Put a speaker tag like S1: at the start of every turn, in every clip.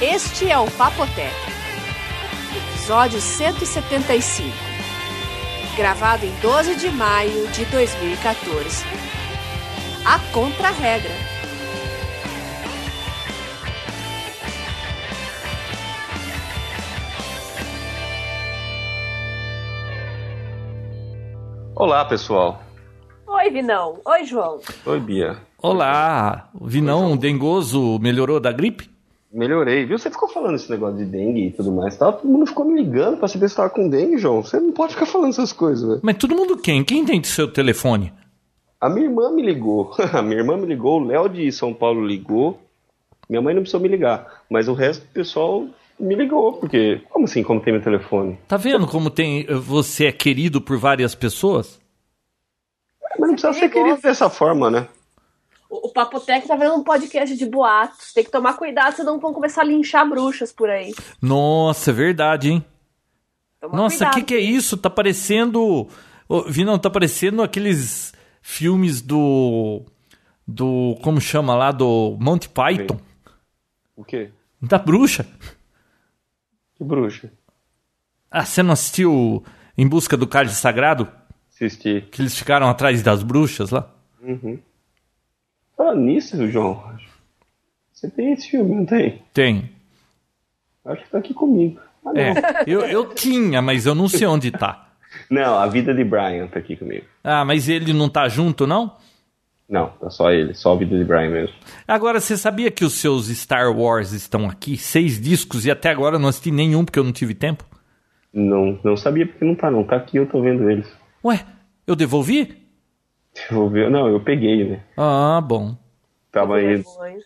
S1: Este é o Papotec, episódio 175, gravado em 12 de maio de 2014. A contra-regra.
S2: Olá, pessoal.
S1: Oi, Vinão. Oi, João.
S2: Oi, Bia.
S3: Olá, Vinão Dengoso melhorou da gripe?
S2: Melhorei, viu? Você ficou falando esse negócio de dengue e tudo mais. Tá? Todo mundo ficou me ligando pra saber se tava com dengue, João. Você não pode ficar falando essas coisas, velho.
S3: Mas todo mundo quem? Quem tem seu telefone?
S2: A minha irmã me ligou. A minha irmã me ligou, o Léo de São Paulo ligou. Minha mãe não precisou me ligar. Mas o resto do pessoal me ligou, porque. Como assim, como tem meu telefone?
S3: Tá vendo como tem você é querido por várias pessoas?
S2: Mas não precisa ser querido dessa forma, né?
S1: O, o Papotec tá vendo um podcast de boatos. Tem que tomar cuidado, senão vão começar a linchar bruxas por aí.
S3: Nossa, é verdade, hein?
S1: Toma
S3: Nossa, o
S1: cuidado.
S3: que, que é isso? Tá parecendo. Ô, Vinão, tá parecendo aqueles filmes do. Do. Como chama lá? Do Monty Python?
S2: O quê?
S3: Da bruxa.
S2: Que bruxa.
S3: Ah, você não assistiu Em Busca do Cálice Sagrado?
S2: Assisti.
S3: Que eles ficaram atrás das bruxas lá?
S2: Falando nisso, João. Você tem esse filme, não tem?
S3: Tem.
S2: Acho que tá aqui comigo. Ah, não.
S3: É. Eu, eu tinha, mas eu não sei onde tá.
S2: Não, a vida de Brian tá aqui comigo.
S3: Ah, mas ele não tá junto, não?
S2: Não, tá só ele, só a vida de Brian mesmo.
S3: Agora, você sabia que os seus Star Wars estão aqui? Seis discos e até agora eu não assisti nenhum porque eu não tive tempo?
S2: Não, não sabia porque não tá, não. Tá aqui, eu tô vendo eles.
S3: Ué, eu devolvi?
S2: Vou ver. Não, eu peguei, né?
S3: Ah, bom.
S2: Tava aí.
S1: Vergonha.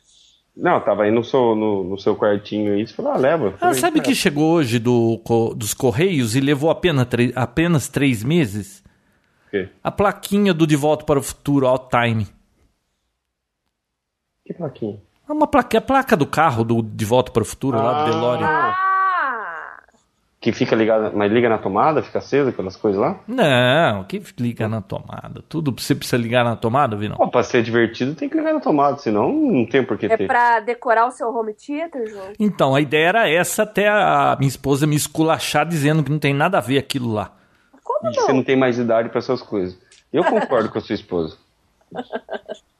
S2: Não, tava aí no seu, no, no seu quartinho aí. Você falou, ah, leva. Eu
S3: Ah,
S2: falei,
S3: sabe que chegou hoje do, co- dos Correios e levou apenas, tre- apenas três meses?
S2: "Por quê?
S3: A plaquinha do De Volta para o Futuro All Time.
S2: Que plaquinha?
S3: É uma placa, é a placa do carro do De Volta para o Futuro lá do DeLorean.
S1: Ah!
S2: Ah, Que fica ligada, mas liga na tomada, fica acesa, aquelas coisas lá?
S3: Não, que liga na tomada. Tudo você precisa ligar na tomada, Vinão?
S2: Pô, pra ser divertido tem que ligar na tomada, senão não tem por que
S1: É
S2: ter.
S1: pra decorar o seu home theater, João?
S3: Então, a ideia era essa até a minha esposa me esculachar dizendo que não tem nada a ver aquilo lá.
S1: Como
S2: E você
S1: não?
S2: não tem mais idade pra essas coisas. Eu concordo com a sua esposa.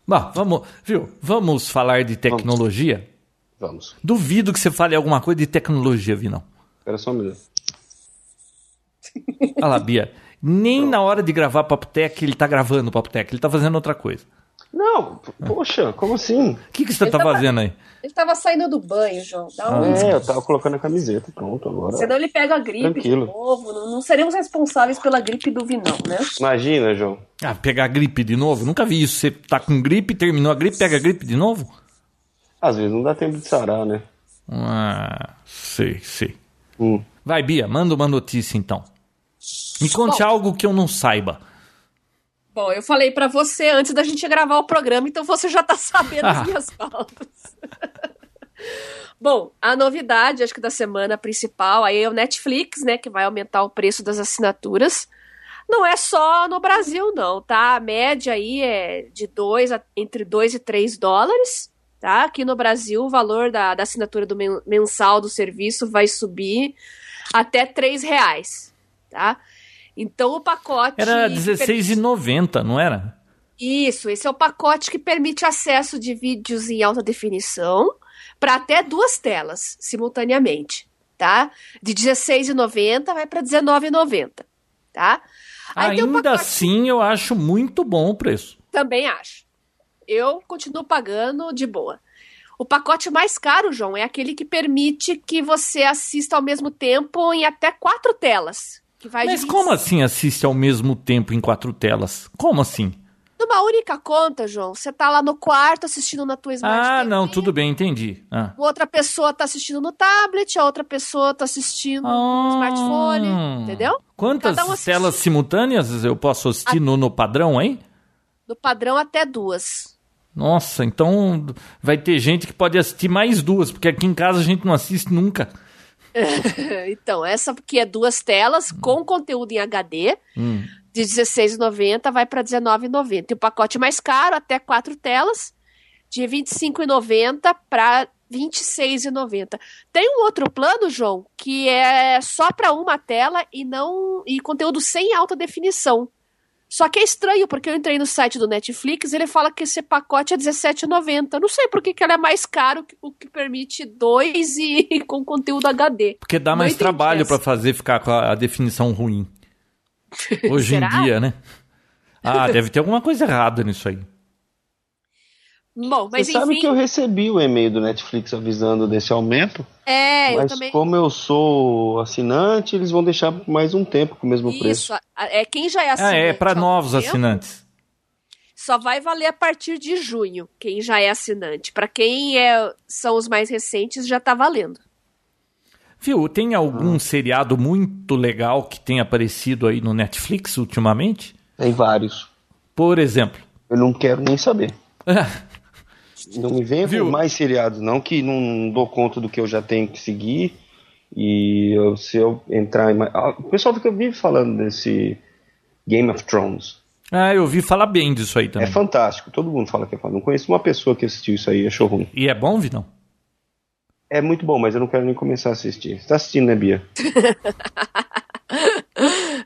S3: Bom, vamos, viu? Vamos falar de tecnologia?
S2: Vamos.
S3: Duvido que você fale alguma coisa de tecnologia, Vinão.
S2: Espera só um minuto.
S3: Olha lá, Bia. Nem na hora de gravar Papo Tech ele tá gravando Papo Tech, ele tá fazendo outra coisa.
S2: Não, p- poxa, como assim?
S3: O que, que você
S1: Ele
S3: tá
S1: tá fa-
S3: fazendo aí?
S1: Ele tava saindo do banho, João. Dá um...
S2: É, eu tava colocando a camiseta, pronto, agora.
S1: Senão ele pega a gripe
S2: Tranquilo.
S1: de novo. Não, não seremos responsáveis pela gripe do Vinão, né?
S2: Imagina, João.
S3: Ah, pegar gripe de novo? Nunca vi isso. Você tá com gripe, terminou a gripe, pega a gripe de novo?
S2: Às vezes não dá tempo de sarar, né?
S3: Ah, sei, sei.
S2: Hum.
S3: Vai, Bia, manda uma notícia então. Me conte
S1: Bom.
S3: algo que eu não saiba.
S1: Bom, eu falei pra você antes da gente gravar o programa, então você já tá sabendo
S3: Ah.
S1: as minhas pautas. Bom, a novidade, acho que da semana principal, aí é o Netflix, né, que vai aumentar o preço das assinaturas. Não é só no Brasil, não, tá? A média aí é de dois a, entre 2 e 3 dólares, tá? Aqui no Brasil, o valor da, da assinatura do men- mensal do serviço vai subir até 3 reais, tá? Então o pacote.
S3: Era
S1: que
S3: R$16,90, não era?
S1: isso, esse é o pacote que permite acesso de vídeos em alta definição para até duas telas simultaneamente, tá? De R$16,90 vai para R$19,90, tá? Aí tem o
S3: Ainda
S1: pacote-
S3: assim, eu acho muito bom o preço.
S1: Também acho. Eu continuo pagando de boa. O pacote mais caro, João, é aquele que permite que você assista ao mesmo tempo em até quatro telas. Que vai
S3: Mas
S1: de
S3: como assim assiste ao mesmo tempo em quatro telas? Como assim?
S1: Numa única conta, João, você tá lá no quarto assistindo na tua Smart
S3: Ah,
S1: TV.
S3: não, tudo bem, entendi. Ah.
S1: outra pessoa tá assistindo no tablet, a outra pessoa tá assistindo no
S3: Ah.
S1: smartphone, entendeu?
S3: Quantas
S1: Cada um assiste.
S3: telas simultâneas eu posso assistir no, no padrão, hein?
S1: No padrão até duas.
S3: Nossa, então vai ter gente que pode assistir mais duas, porque aqui em casa a gente não assiste nunca.
S1: então, essa que é duas telas com conteúdo em HD,
S3: Hum.
S1: de R$16,90 vai para R$19,90. E o pacote mais caro, até quatro telas, de R$25,90 para R$26,90. Tem um outro plano, João, que é só para uma tela e não e conteúdo sem alta definição. Só que é estranho, porque eu entrei no site do Netflix e ele fala que esse pacote é R$17,90. Não sei por que que ele é mais caro, que- o que permite dois e com conteúdo HD.
S3: Porque dá
S1: Não
S3: mais
S1: entendi
S3: trabalho
S1: essa.
S3: pra fazer ficar com a, a definição ruim. Hoje
S1: Será?
S3: em dia, né? Ah, deve ter alguma coisa errada nisso aí.
S1: Bom, mas
S2: Você sabe
S1: enfim.
S2: que eu recebi o e-mail do Netflix avisando desse aumento,
S1: É, eu
S2: mas
S1: também.
S2: como eu sou assinante, eles vão deixar por mais um tempo com o mesmo
S1: Isso,
S2: preço.
S1: a- é quem já é
S3: Ah,
S1: assinante.
S3: é, pra
S1: há algum
S3: novos
S1: tempo,
S3: assinantes.
S1: Só vai valer a partir de junho, quem já é assinante. Pra quem é, são os mais recentes, já tá valendo.
S3: Viu, tem algum seriado muito legal que tem aparecido aí no Netflix ultimamente?
S2: Tem vários.
S3: Por exemplo.
S2: Eu não quero nem saber. Não me venha
S3: Viu?
S2: com mais seriados, não, que não, dou conta do que eu já tenho que seguir. E eu- se eu entrar em. mais- Ah, O pessoal fica vive falando desse Game of Thrones.
S3: Ah, eu ouvi falar bem disso aí
S2: É
S3: também.
S2: fantástico, todo mundo fala que é fantástico. Não conheço uma pessoa que assistiu isso aí e achou ruim.
S3: E é bom, Vinão?
S2: É muito bom, mas eu não quero nem começar a assistir. Você tá assistindo, né, Bia?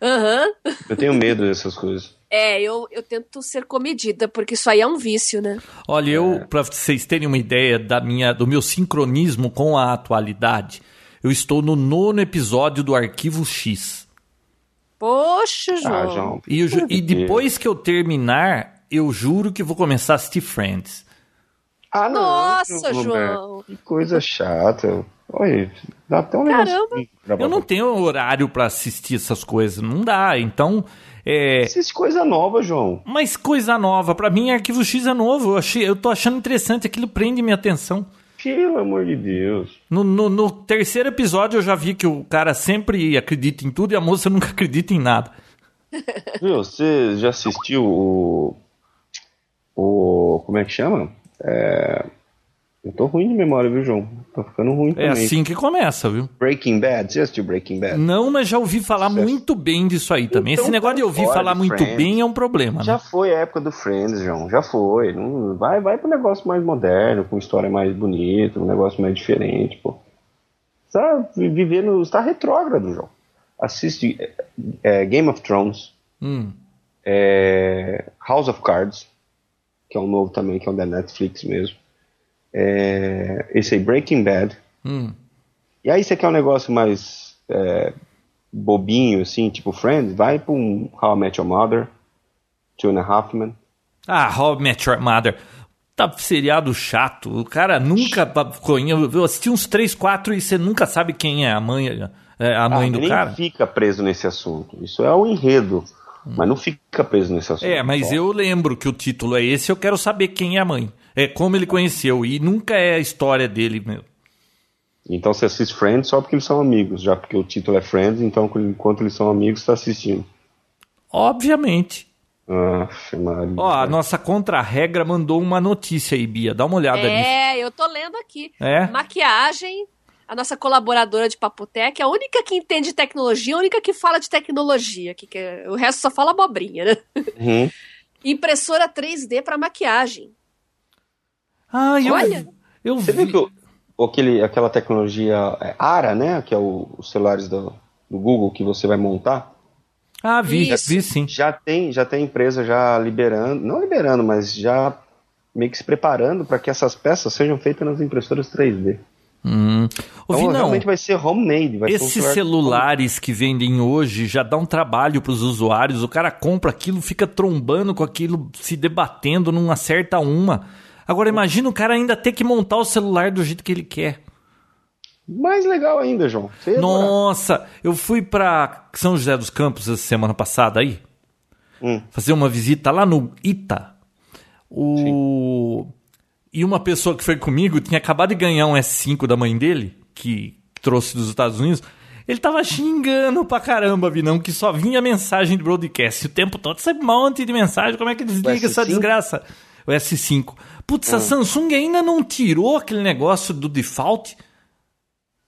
S1: Aham.
S2: Eu tenho medo dessas coisas.
S1: É, eu, eu tento ser comedida, porque isso aí é um vício, né?
S3: Olha, eu, pra vocês terem uma ideia da minha, do meu sincronismo com a atualidade, eu estou no nono episódio do Arquivo X.
S1: Poxa, João.
S2: Ah, João.
S3: E, eu ju- e
S2: Deus.
S3: depois que eu terminar, eu juro que vou começar a assistir Friends.
S2: Ah,
S1: Nossa,
S2: Roberto,
S1: João.
S2: Que coisa chata. Olha, dá até um negócio.
S1: Caramba.
S3: Eu não tenho horário pra assistir essas coisas, não dá. Então, é,
S2: Assiste coisa nova, João.
S3: mas coisa nova pra mim, Arquivo X é novo. Eu achei, eu tô achando interessante, aquilo prende minha atenção.
S2: Pelo amor de Deus.
S3: No, no- no terceiro episódio eu já vi que o cara sempre acredita em tudo e a moça nunca acredita em nada.
S2: Viu, você já assistiu o. O. Como é que chama? É, Eu tô ruim de memória, viu, João? Tô ficando ruim
S3: É
S2: também.
S3: assim que começa, viu?
S2: Breaking Bad, você assistiu Breaking Bad?
S3: Não, mas já ouvi falar
S2: Sucesso.
S3: muito bem disso aí também.
S2: Então,
S3: Esse negócio de ouvir
S2: fora
S3: falar
S2: de
S3: muito
S2: Friends.
S3: bem é um problema,
S2: Já
S3: né?
S2: foi a época do Friends, João. Já foi. Não- vai, vai pro negócio mais moderno, com história mais bonita, um negócio mais diferente, pô. Você Tá vi- vivendo. Você tá retrógrado, João. Assiste é, é, Game of Thrones,
S3: Hum.
S2: é, House of Cards, que é um novo também, que é um da Netflix mesmo. É, esse aí, Breaking Bad.
S3: Hum.
S2: E aí você quer um negócio mais é, bobinho, assim, tipo Friends, vai pra um How I Met Your Mother, Two and a Half Men.
S3: Ah, How I Met Your Mother. Tá seriado chato. O cara nunca. pa- conhe- Eu assisti uns 3, 4 e você nunca sabe quem é a mãe, é a mãe
S2: Ah,
S3: do
S2: nem
S3: cara. Hum.
S2: fica preso nesse assunto. Isso é um enredo, mas não fica preso nesse assunto.
S3: É, mas eu lembro que o título é esse, eu quero saber quem é a mãe. É como ele conheceu. E nunca é a história dele mesmo.
S2: Então você assiste Friends só porque eles são amigos, já porque o título é Friends, então enquanto eles são amigos, você tá assistindo.
S3: Obviamente.
S2: Ah,
S3: Ó, a nossa contra-regra mandou uma notícia aí, Bia. Dá uma olhada nisso.
S1: É, eu tô lendo aqui.
S3: É?
S1: Maquiagem, a nossa colaboradora de Papotec, é a única que entende tecnologia, a única que fala de tecnologia. Que, que, o resto só fala abobrinha, né?
S2: Uhum.
S1: Impressora 3D pra maquiagem.
S3: Ah, eu,
S1: Olha.
S3: eu
S2: Você viu
S3: vi.
S2: que o- o aquele, aquela tecnologia é, ARA, né? Que é o- os celulares do, do Google que você vai montar.
S3: Ah, vi,
S1: Isso.
S3: vi sim.
S2: Já tem, já tem empresa já liberando, não liberando, mas já meio que se preparando para que essas peças sejam feitas nas impressoras 3D.
S3: Hum. Ô,
S2: Então,
S3: Vinão,
S2: realmente vai ser homemade. Vai ser um
S3: esses
S2: celular-
S3: celulares que vendem hoje já dá um trabalho pros usuários. O cara compra aquilo, fica trombando com aquilo, se debatendo, não acerta uma. Agora imagina o cara ainda ter que montar o celular do jeito que ele quer.
S2: Mais legal ainda, João. Você ia adorar.
S3: Nossa, eu fui pra São José dos Campos essa semana passada aí.
S2: Hum.
S3: fazer uma visita lá no Ita. O... E uma pessoa que foi comigo tinha acabado de ganhar um S5 da mãe dele, que trouxe dos Estados Unidos. Ele tava xingando pra caramba, Vinão, que só vinha mensagem de broadcast o tempo todo. Esse monte de mensagem, como é que desliga essa
S2: S5?
S3: desgraça? o S5. Putz, a Samsung ainda não tirou aquele negócio do default?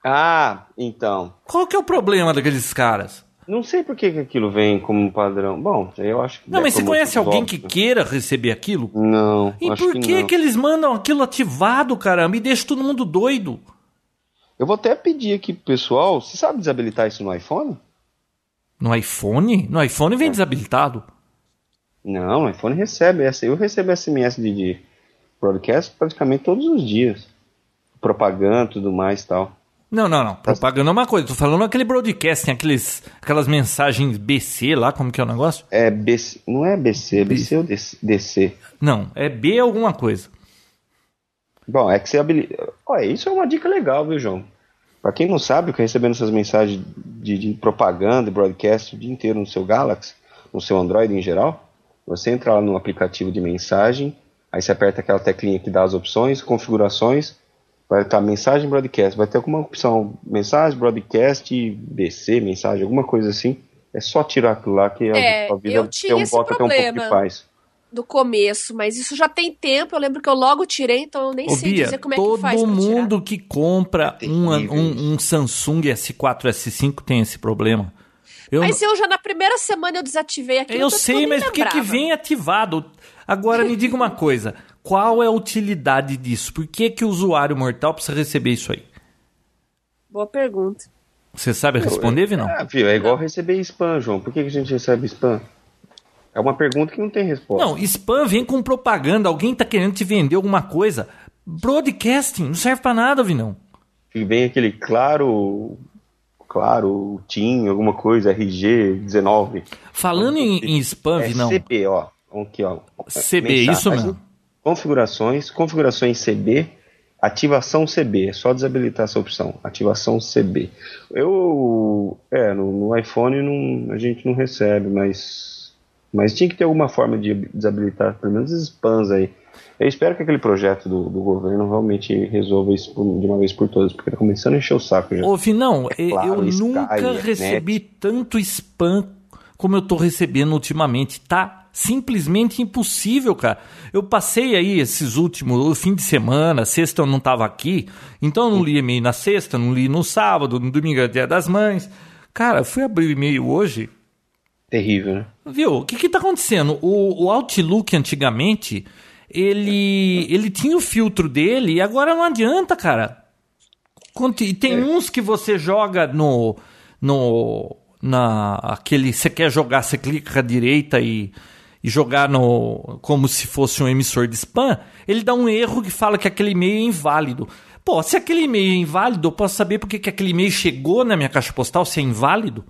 S2: Ah, então.
S3: Qual que é o problema daqueles caras?
S2: Não sei por que, que aquilo vem como padrão. Bom, eu acho que.
S3: Não,
S2: é
S3: mas você
S2: como
S3: conhece alguém que
S2: óbvio.
S3: queira receber aquilo?
S2: Não.
S3: E
S2: acho
S3: por
S2: que,
S3: que, que,
S2: não.
S3: eles mandam aquilo ativado, caramba? E deixa todo mundo doido?
S2: Eu vou até pedir aqui pro pessoal. Você sabe desabilitar isso no iPhone?
S3: No iPhone? No iPhone
S2: É.
S3: vem desabilitado.
S2: Não, o iPhone recebe essa. Eu recebo SMS de, de broadcast praticamente todos os dias. Propaganda, tudo mais e tal.
S3: Não, não, não. Propaganda é uma coisa. Tô falando aquele broadcasting, aqueles, aquelas mensagens BC lá, como que é o negócio?
S2: É BC, não é BC, é BC ou DC? DC?
S3: Não, é B alguma coisa.
S2: Bom, é que você habilita. Olha, isso é uma dica legal, viu, João? Pra quem não sabe, fica recebendo essas mensagens de, de propaganda e broadcast o dia inteiro no seu Galaxy, no seu Android em geral, você entra lá no aplicativo de mensagem, aí você aperta aquela teclinha que dá as opções, configurações, vai estar mensagem broadcast, vai ter alguma opção mensagem, broadcast, BC, mensagem, alguma coisa assim. É só tirar aquilo lá que a,
S1: É,
S2: a vida
S1: eu tinha
S2: tem um
S1: esse
S2: bota até um pouco de
S1: problema.
S2: paz.
S1: do começo, mas isso já tem tempo. Eu lembro que eu logo tirei, então eu nem
S3: Ô,
S1: sei
S3: Bia,
S1: dizer como é que
S3: todo
S1: faz. pra tirar.
S3: mundo que compra
S2: É
S3: um,
S2: terrível
S3: um, um Samsung S4, S5 tem esse problema. Eu,
S1: Mas eu já na primeira semana eu desativei aquilo.
S3: eu
S1: tanto que
S3: sei,
S1: nem
S3: mas por que que
S1: lembrava.
S3: vem ativado? Agora me diga uma coisa, qual é a utilidade disso? Por que que o usuário mortal precisa receber isso aí?
S1: Boa pergunta.
S3: Você sabe responder, Vinão?
S2: Ah, filho, é igual receber spam, João. Por que, que a gente recebe spam? É uma pergunta que não tem resposta.
S3: Não, spam vem com propaganda, alguém tá querendo te vender alguma coisa. Broadcasting não serve pra nada, Vinão.
S2: Filho, Vem aquele claro. Claro, TIM, alguma coisa, RG19.
S3: Falando em, em spam,
S2: é
S3: Vinão,
S2: CB, ó. Aqui, ó.
S3: CB, isso mesmo.
S2: Configurações, configurações CB, ativação CB. É só desabilitar essa opção. Ativação CB. Eu. É, no, no iPhone não, a gente não recebe, mas. Mas tinha que ter alguma forma de desabilitar, pelo menos os spams aí. Eu espero que aquele projeto do, do governo realmente resolva isso por- de uma vez por todas, porque tá começando a encher o saco já.
S3: Ô, Vinão, e-
S2: claro,
S3: eu
S2: Sky,
S3: nunca
S2: Net.
S3: recebi tanto spam como eu tô recebendo ultimamente. Tá simplesmente impossível, cara. Eu passei aí esses últimos, o fim de semana, sexta eu não tava aqui, então eu não li e-mail na sexta, não li no sábado, no domingo é dia das mães. Cara, eu fui abrir o e-mail hoje,
S2: Terrível, né?
S3: Viu? O que que tá acontecendo? O, o Outlook antigamente, ele ele tinha o filtro dele e agora não adianta, cara. Conti- E tem uns que você joga no no na aquele você quer jogar, você clica com a direita e e jogar no como se fosse um emissor de spam, ele dá um erro que fala que aquele e-mail é inválido. Pô, se aquele e-mail é inválido, eu posso saber por que que aquele e-mail chegou na minha caixa postal se é inválido?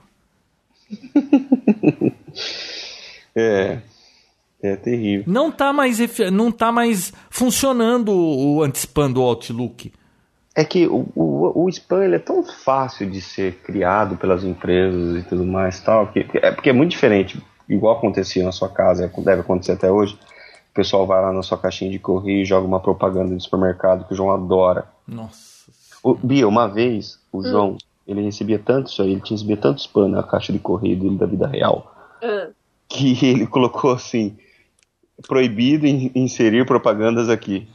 S2: É. É terrível.
S3: Não tá mais, efe- não tá mais funcionando o o anti-spam do Outlook.
S2: É que o, o, o spam ele é tão fácil de ser criado pelas empresas e tudo mais tal, que, que- é porque é muito diferente, igual acontecia na sua casa, deve acontecer até hoje. O pessoal vai lá na sua caixinha de correio e joga uma propaganda de supermercado que o João adora.
S3: Nossa.
S2: O, Bia, uma vez, o João, ele recebia tanto isso aí, ele tinha recebia tanto spam na caixa de correio dele da vida real,
S1: Ah,
S2: que ele colocou assim, proibido in- inserir propagandas aqui.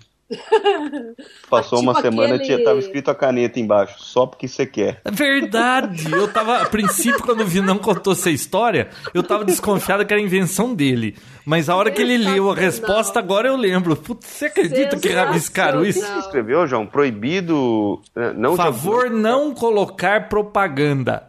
S2: Passou
S1: Tipo
S2: uma semana,
S1: aquele-
S2: tinha, tava escrito a caneta embaixo, só porque você quer.
S3: É Verdade! Eu tava, a princípio, quando o Vinão contou essa história, eu tava desconfiado que era invenção dele. Mas a hora que ele leu
S1: Sensacional.
S3: a resposta, agora eu lembro. Putz, você acredita que rabiscaram isso?
S1: Sensacional.
S2: Você escreveu, João? Proibido. eh, Não
S3: Favor não colocar propaganda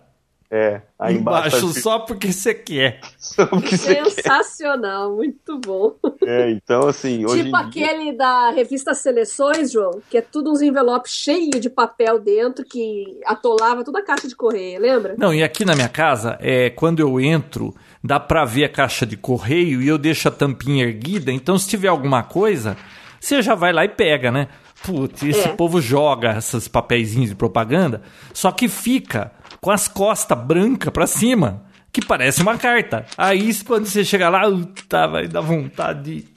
S2: É, aí embaixo.
S3: embaixo
S2: tá escrito
S3: só porque você quer.
S2: só o que você quer.
S1: sensacional, muito bom.
S2: É, então, assim, hoje.
S1: tipo
S2: em dia-
S1: aquele da revista Seleções, João, que é tudo uns envelopes cheios de papel dentro que atolava toda a caixa de correio, lembra?
S3: Não, e aqui na minha casa, é, quando eu entro, dá pra ver a caixa de correio e eu deixo a tampinha erguida, então se tiver alguma coisa, você já vai lá e pega, né? Putz, esse
S1: É.
S3: povo joga esses papeizinhos de propaganda, só que fica com as costas brancas pra cima, que parece uma carta. Aí quando você chega lá, tá, vai dar vontade de...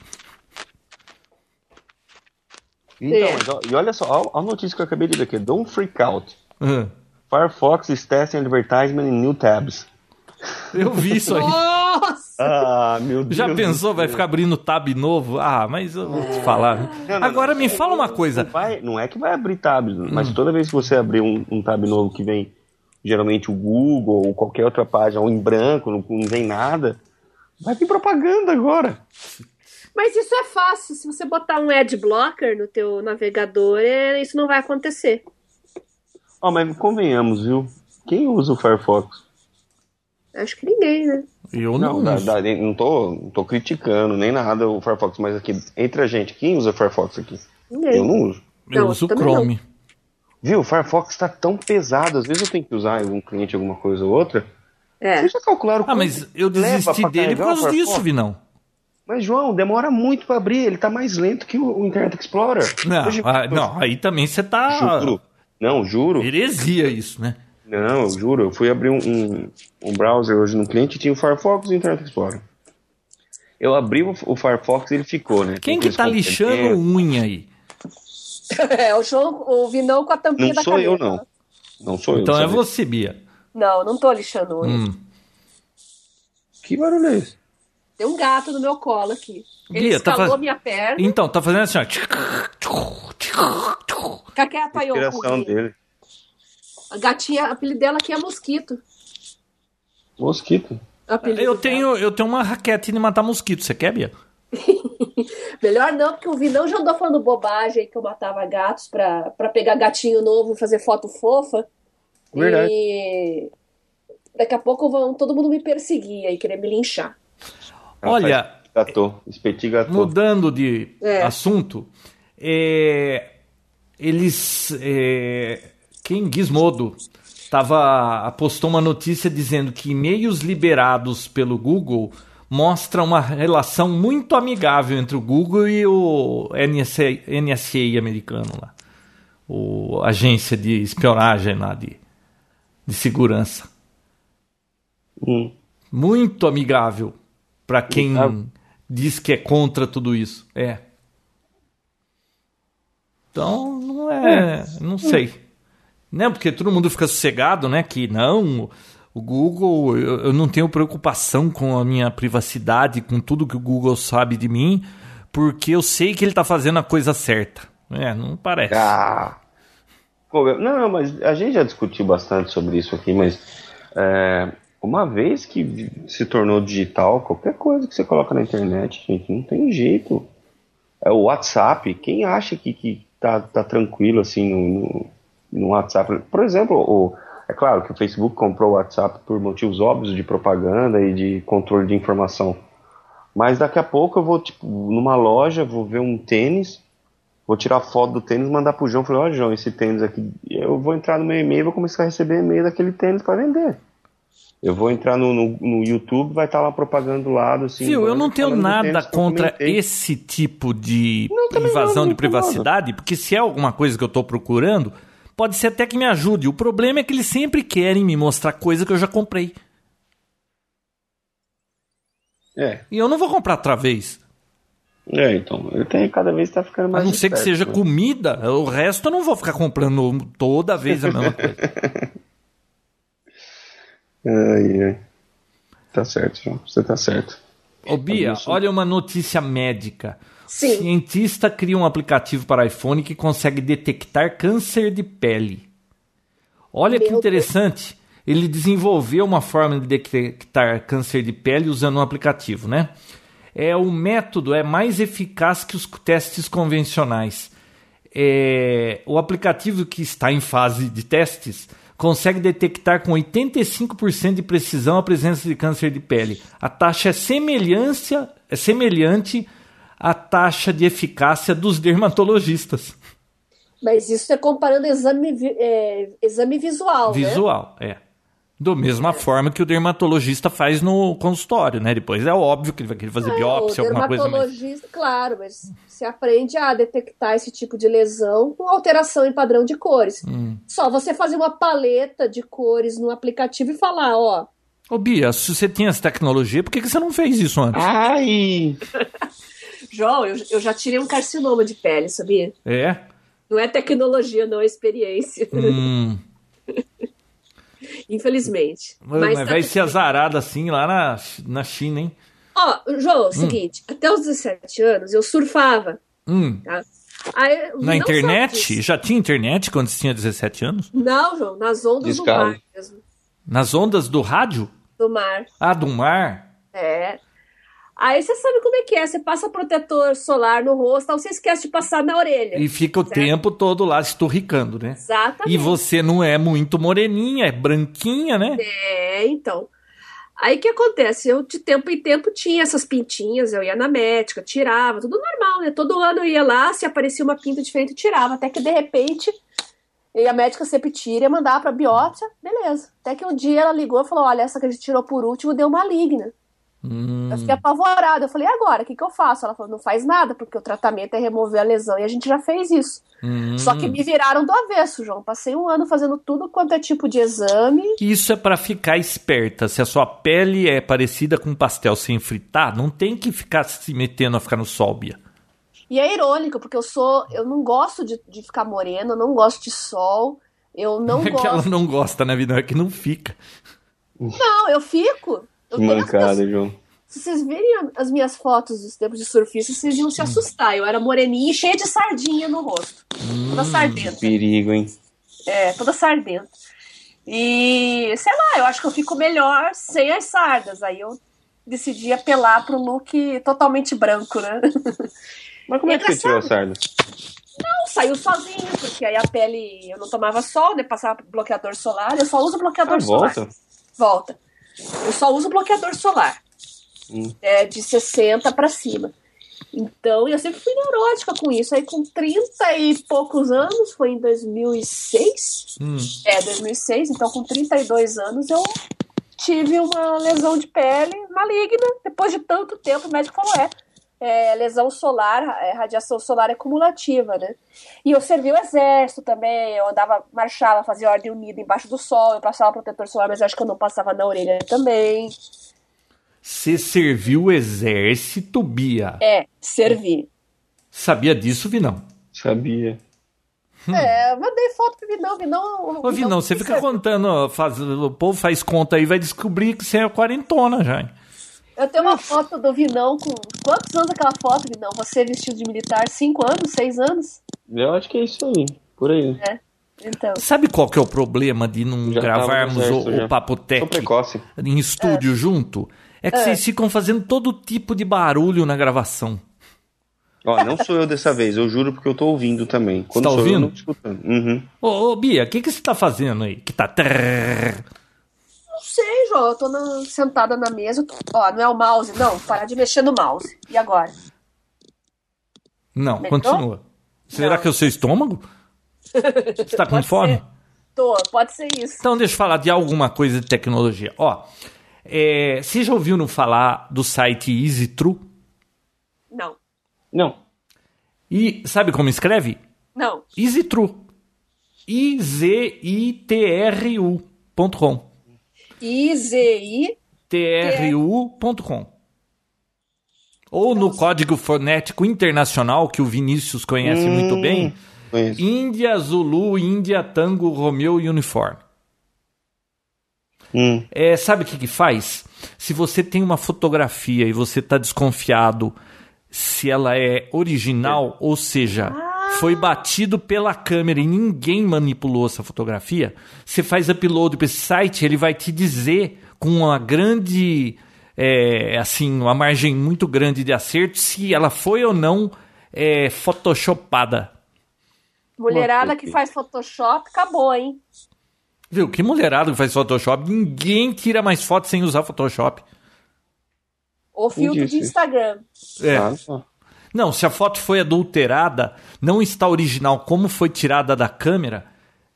S2: Então,
S1: É.
S2: mas, ó, e olha só, ó, ó a notícia que eu acabei de ler aqui: Don't freak out.
S3: Ah,
S2: Firefox is testing advertisement in new tabs.
S3: eu vi isso aí.
S1: Nossa!
S2: Ah, meu Deus.
S3: Já pensou? Vai ficar abrindo tab novo? Ah, mas eu vou te falar.
S2: não, não.
S3: Agora me fala uma
S2: Não,
S3: coisa.
S2: vai- não é que vai abrir tabs,
S3: Hum.
S2: mas toda vez que você abrir um, um tab novo que vem geralmente o Google ou qualquer outra página, ou em branco, não, não vem nada, vai vir propaganda agora.
S1: Mas isso é fácil. Se você botar um ad blocker no teu navegador, é- isso não vai acontecer.
S2: Ó, mas convenhamos, viu? Quem usa o Firefox?
S1: Acho que ninguém, né?
S3: Eu não.
S2: dá-
S3: uso.
S2: dá- não, tô, não tô criticando nem nada o Firefox, mas aqui, entre a gente, quem usa Firefox aqui?
S1: Ninguém.
S2: Eu não uso.
S3: eu
S1: Não,
S3: uso o
S1: também não.
S3: Chrome. Ah,
S2: Viu, o Firefox tá tão pesado, às vezes eu tenho que usar em algum cliente, alguma coisa ou outra.
S1: É.
S2: Vocês já calcularam
S3: Ah, mas eu desisti dele por causa disso,
S2: viu?
S3: Vinão.
S2: Mas, João, demora muito pra abrir, ele tá mais lento que o o Internet Explorer.
S3: Não,
S2: Hoje-
S3: ah, não, aí também você tá.
S2: Juro. Não, juro.
S3: Heresia isso, né?
S2: Não, eu juro. Eu fui abrir um, um, um browser hoje no cliente e tinha o Firefox e o Internet Explorer. Eu abri o, o Firefox e ele ficou, né? um
S3: Quem
S2: Com
S3: que
S2: aqueles
S3: tá lixando
S2: complementos.
S3: unha aí?
S1: É, o, João, o Vinão com a tampinha
S2: Não
S1: da
S2: sou
S1: caneta.
S2: eu, não. Não sou eu.
S3: Então é
S2: sabe?
S3: você, Bia.
S1: Não, não tô lixando o olho.
S3: Hum.
S2: Que barulho é esse?
S1: Tem um gato no meu colo aqui. Ele
S3: Bia, tá
S1: escalou
S3: faz-
S1: minha perna.
S3: Então, tá fazendo assim, ó.
S1: Fica quieto aí, ô
S2: Inspiração
S1: Cunha.
S2: dele.
S1: A gatinha, o apelido dela aqui é Mosquito.
S2: Mosquito.
S1: O apelido
S3: Eu
S1: dela.
S3: tenho, eu tenho uma raquete de matar mosquito, você quer, Bia?
S1: Melhor não, porque o Vinão já andou falando bobagem aí que eu matava gatos pra, pra pegar gatinho novo, fazer foto fofa.
S2: Verdade.
S1: E daqui a pouco vão todo mundo me perseguir aí, querer me linchar.
S3: Olha,
S2: Rapaz, Gatô. Espeti gatô.
S3: Mudando de
S1: É.
S3: assunto, é, eles. é, quem Gizmodo tava, postou uma notícia dizendo que e-mails liberados pelo Google mostram uma relação muito amigável entre o Google e o NSA, NSA americano lá. O agência de espionagem lá de, de segurança.
S2: Hum.
S3: Muito amigável para quem
S2: Amigável.
S3: diz que é contra tudo isso. É. Então, não é. Não sei. Né? Porque todo mundo fica sossegado, né? Que não, o Google, eu, eu não tenho preocupação com a minha privacidade, com tudo que o Google sabe de mim, porque eu sei que ele está fazendo a coisa certa. É, não parece.
S2: Ah. Pô, eu- Não, não, mas a gente já discutiu bastante sobre isso aqui, mas é, uma vez que vi- se tornou digital, qualquer coisa que você coloca na internet, gente, não tem jeito. É o WhatsApp, quem acha que, que tá, tá tranquilo assim no, no, no WhatsApp? Por exemplo, o- é claro que o Facebook comprou o WhatsApp por motivos óbvios de propaganda e de controle de informação. Mas daqui a pouco eu vou, tipo, numa loja, vou ver um tênis, vou tirar foto do tênis, mandar pro João, falei, ó João, esse tênis aqui, eu vou entrar no meu e-mail, vou começar a receber e-mail daquele tênis para vender. Eu vou entrar no, no, no YouTube, vai estar lá propaganda do lado, assim.
S3: Fio, eu não tenho
S2: falando do
S3: nada
S2: tênis que eu
S3: contra
S2: comentei.
S3: esse tipo de
S2: também não,
S3: invasão
S2: não
S3: de
S2: me incomoda.
S3: privacidade, porque se é alguma coisa que eu estou procurando, pode ser até que me ajude. O problema é que eles sempre querem me mostrar coisa que eu já comprei.
S2: É,
S3: E eu não vou comprar outra vez.
S2: é, então, eu tenho, cada vez tá ficando
S3: A
S2: mais
S3: não ser que
S2: esperto,
S3: seja
S2: né?
S3: comida, o resto eu não vou ficar comprando toda vez a mesma coisa.
S2: Ai, ai. Tá certo, João, você tá certo.
S3: Ô Bia,
S2: Adilson.
S3: olha uma notícia médica.
S1: Sim.
S3: Cientista cria um aplicativo para iPhone que consegue detectar câncer de pele. Olha que
S1: Meu
S3: interessante. Ele desenvolveu uma forma de detectar câncer de pele usando um aplicativo, né? É o método é mais eficaz que os testes convencionais. É, o aplicativo que está em fase de testes consegue detectar com 85% de precisão a presença de câncer de pele. A taxa é semelhança, é semelhante à taxa de eficácia dos dermatologistas.
S1: Mas isso é comparando exame, vi- é, exame visual, né?
S3: Visual, é. Da
S1: É.
S3: mesma forma que o dermatologista faz no consultório, né? Depois é óbvio que ele vai querer fazer biópsia,
S1: o
S3: alguma coisa. Mas...
S1: dermatologista, claro, mas você aprende a detectar esse tipo de lesão com alteração em padrão de cores.
S3: Hum.
S1: Só você fazer uma paleta de cores no aplicativo e falar, ó,
S3: Ô Bia, se você tinha essa tecnologia, por que, que você não fez isso antes?
S2: Ai!
S1: João, eu, eu já tirei um carcinoma de pele, sabia?
S3: É?
S1: Não é tecnologia, não, é experiência.
S3: Hum.
S1: Infelizmente.
S3: Mas, mas
S1: tá
S3: vai
S1: tudo
S3: ser
S1: bem.
S3: azarado assim lá na, na China, hein?
S1: Ó, João, é o seguinte, até os 17 anos eu surfava,
S3: Hum,
S1: tá? Aí, não só
S3: na internet?
S1: disso.
S3: Já tinha internet quando você tinha 17 anos?
S1: Não, João, nas ondas
S2: Discado.
S1: do mar mesmo.
S3: Nas ondas do rádio?
S1: Do mar.
S3: Ah, do mar?
S1: É. Aí você sabe como é que é. Você passa protetor solar no rosto, tal, você esquece de passar na orelha.
S3: E fica o
S1: Certo.
S3: tempo todo lá esturricando, né?
S1: É, Exatamente.
S3: E você não é muito moreninha, é branquinha, né?
S1: É, então. Aí o que acontece? Eu de tempo em tempo tinha essas pintinhas, eu ia na médica, tirava, tudo normal, né? Todo ano eu ia lá, se aparecia uma pinta diferente, eu tirava, até que de repente, e a médica sempre tira e mandava pra biópsia, beleza. Até que um dia ela ligou e falou: olha, essa que a gente tirou por último deu maligna.
S3: Hum,
S1: Eu fiquei apavorada. Eu falei, e agora? O que, que eu faço? Ela falou, não faz nada, porque o tratamento é remover a lesão e a gente já fez isso.
S3: hum.
S1: Só que me viraram do avesso, João. Passei um ano fazendo tudo quanto é tipo de exame.
S3: Isso é pra ficar esperta. Se a sua pele é parecida com pastel sem fritar, não tem que ficar se metendo a ficar no sol, Bia.
S1: E é irônico, porque eu sou. Eu não gosto de, de ficar morena, eu não gosto de sol. Eu não
S3: é que ela
S1: gosto.
S3: não gosta, né, vida? É que não fica.
S1: Não, eu fico. Eu
S2: Que
S1: tenho as minhas-
S2: mancada, João.
S1: se vocês virem a- as minhas fotos dos tempos de surfista, vocês iam se assustar. Eu era moreninha e cheia de sardinha no rosto. Toda sardenta.
S2: Perigo, hein?
S1: É, toda sardenta. E, sei lá, eu acho que eu fico melhor sem as sardas. Aí eu decidi apelar pro look totalmente branco, né?
S2: Mas como é que você tirou a sarda?
S1: Não, saiu sozinho, porque aí a pele, eu não tomava sol, né? Passava bloqueador solar, eu só uso bloqueador
S2: Ah,
S1: solar.
S2: volta?
S1: Volta. Eu só uso bloqueador solar.
S2: Hum.
S1: É, de 60 pra cima. Então, eu sempre fui neurótica com isso. Aí com 30 e poucos anos, foi em 2006,
S3: Hum.
S1: é, 2006, então com 32 anos eu tive uma lesão de pele maligna. Depois de tanto tempo, o médico falou: é, é, lesão solar, é, radiação solar é cumulativa, né? E eu servi o exército também, eu andava, marchava, fazia ordem unida embaixo do sol, eu passava protetor solar, mas acho que eu não passava na orelha também.
S3: Você serviu o exército, Bia.
S1: É, servi.
S3: Sabia disso, Vinão?
S2: Sabia.
S1: É, eu mandei foto pro Vinão, Vinão.
S3: Ô, Vinão, você fica contando, ó, faz- o povo faz conta aí, vai descobrir que você é quarentona já. hein?
S1: Eu tenho uma foto do Vinão com. Quantos anos aquela foto, Vinão? Você vestido de militar? Cinco anos? Seis anos?
S2: Eu acho que é isso aí. Por aí.
S1: Então,
S3: Sabe qual que é o problema de não
S2: Já tava no
S3: gravarmos
S2: exército,
S3: o,
S2: já.
S3: o Papo
S2: Sou
S3: Tech
S2: precoce.
S3: em estúdio junto? É que vocês ficam fazendo todo tipo de barulho na gravação.
S2: Ó, não sou eu dessa vez, eu juro porque eu tô ouvindo também. Quando
S3: tá
S2: sou eu,
S3: ouvindo?
S2: eu não tô escutando. Uhum.
S3: Ô, ô, Bia, o que, que você tá fazendo aí? Que tá... trrr.
S1: não sei, João. Eu tô na- sentada na mesa. eu tô- Ó, não é o mouse, não. Parar de mexer no mouse. E agora?
S3: Não,
S1: Melhorou?
S3: continua. Será
S1: Não.
S3: que é o seu estômago? Você tá com
S1: Pode
S3: fome?
S1: ser. Tô, pode ser isso.
S3: Então, deixa eu falar de alguma coisa de tecnologia. Ó, é, você já ouviu falar do site EasyTrue?
S1: Não,
S2: Não.
S3: E sabe como escreve?
S1: não.
S3: EasyTrue. I-Z-I-T-R-U.com.
S1: IZI.
S3: T-R-U.com. Ou no código fonético internacional, que o Vinícius conhece
S2: Hum.
S3: muito bem,
S2: Conheço.
S3: Índia Zulu, Índia Tango, Romeu Uniforme.
S2: Hum.
S3: É, sabe o que, que faz? Se você tem uma fotografia e você está desconfiado se ela é original, ou seja, foi batido pela câmera e ninguém manipulou essa fotografia, você faz upload para esse site, ele vai te dizer com uma grande, é, assim, uma margem muito grande de acerto se ela foi ou não é, photoshopada.
S1: Mulherada
S2: Uma
S1: que faz Photoshop, acabou, hein?
S3: Viu? Que mulherada que faz Photoshop? Ninguém tira mais foto sem usar Photoshop.
S1: Ou filtro de
S2: disse?
S1: Instagram.
S3: É.
S2: Ah, tá.
S3: Não, se a foto foi adulterada, não está original como foi tirada da câmera,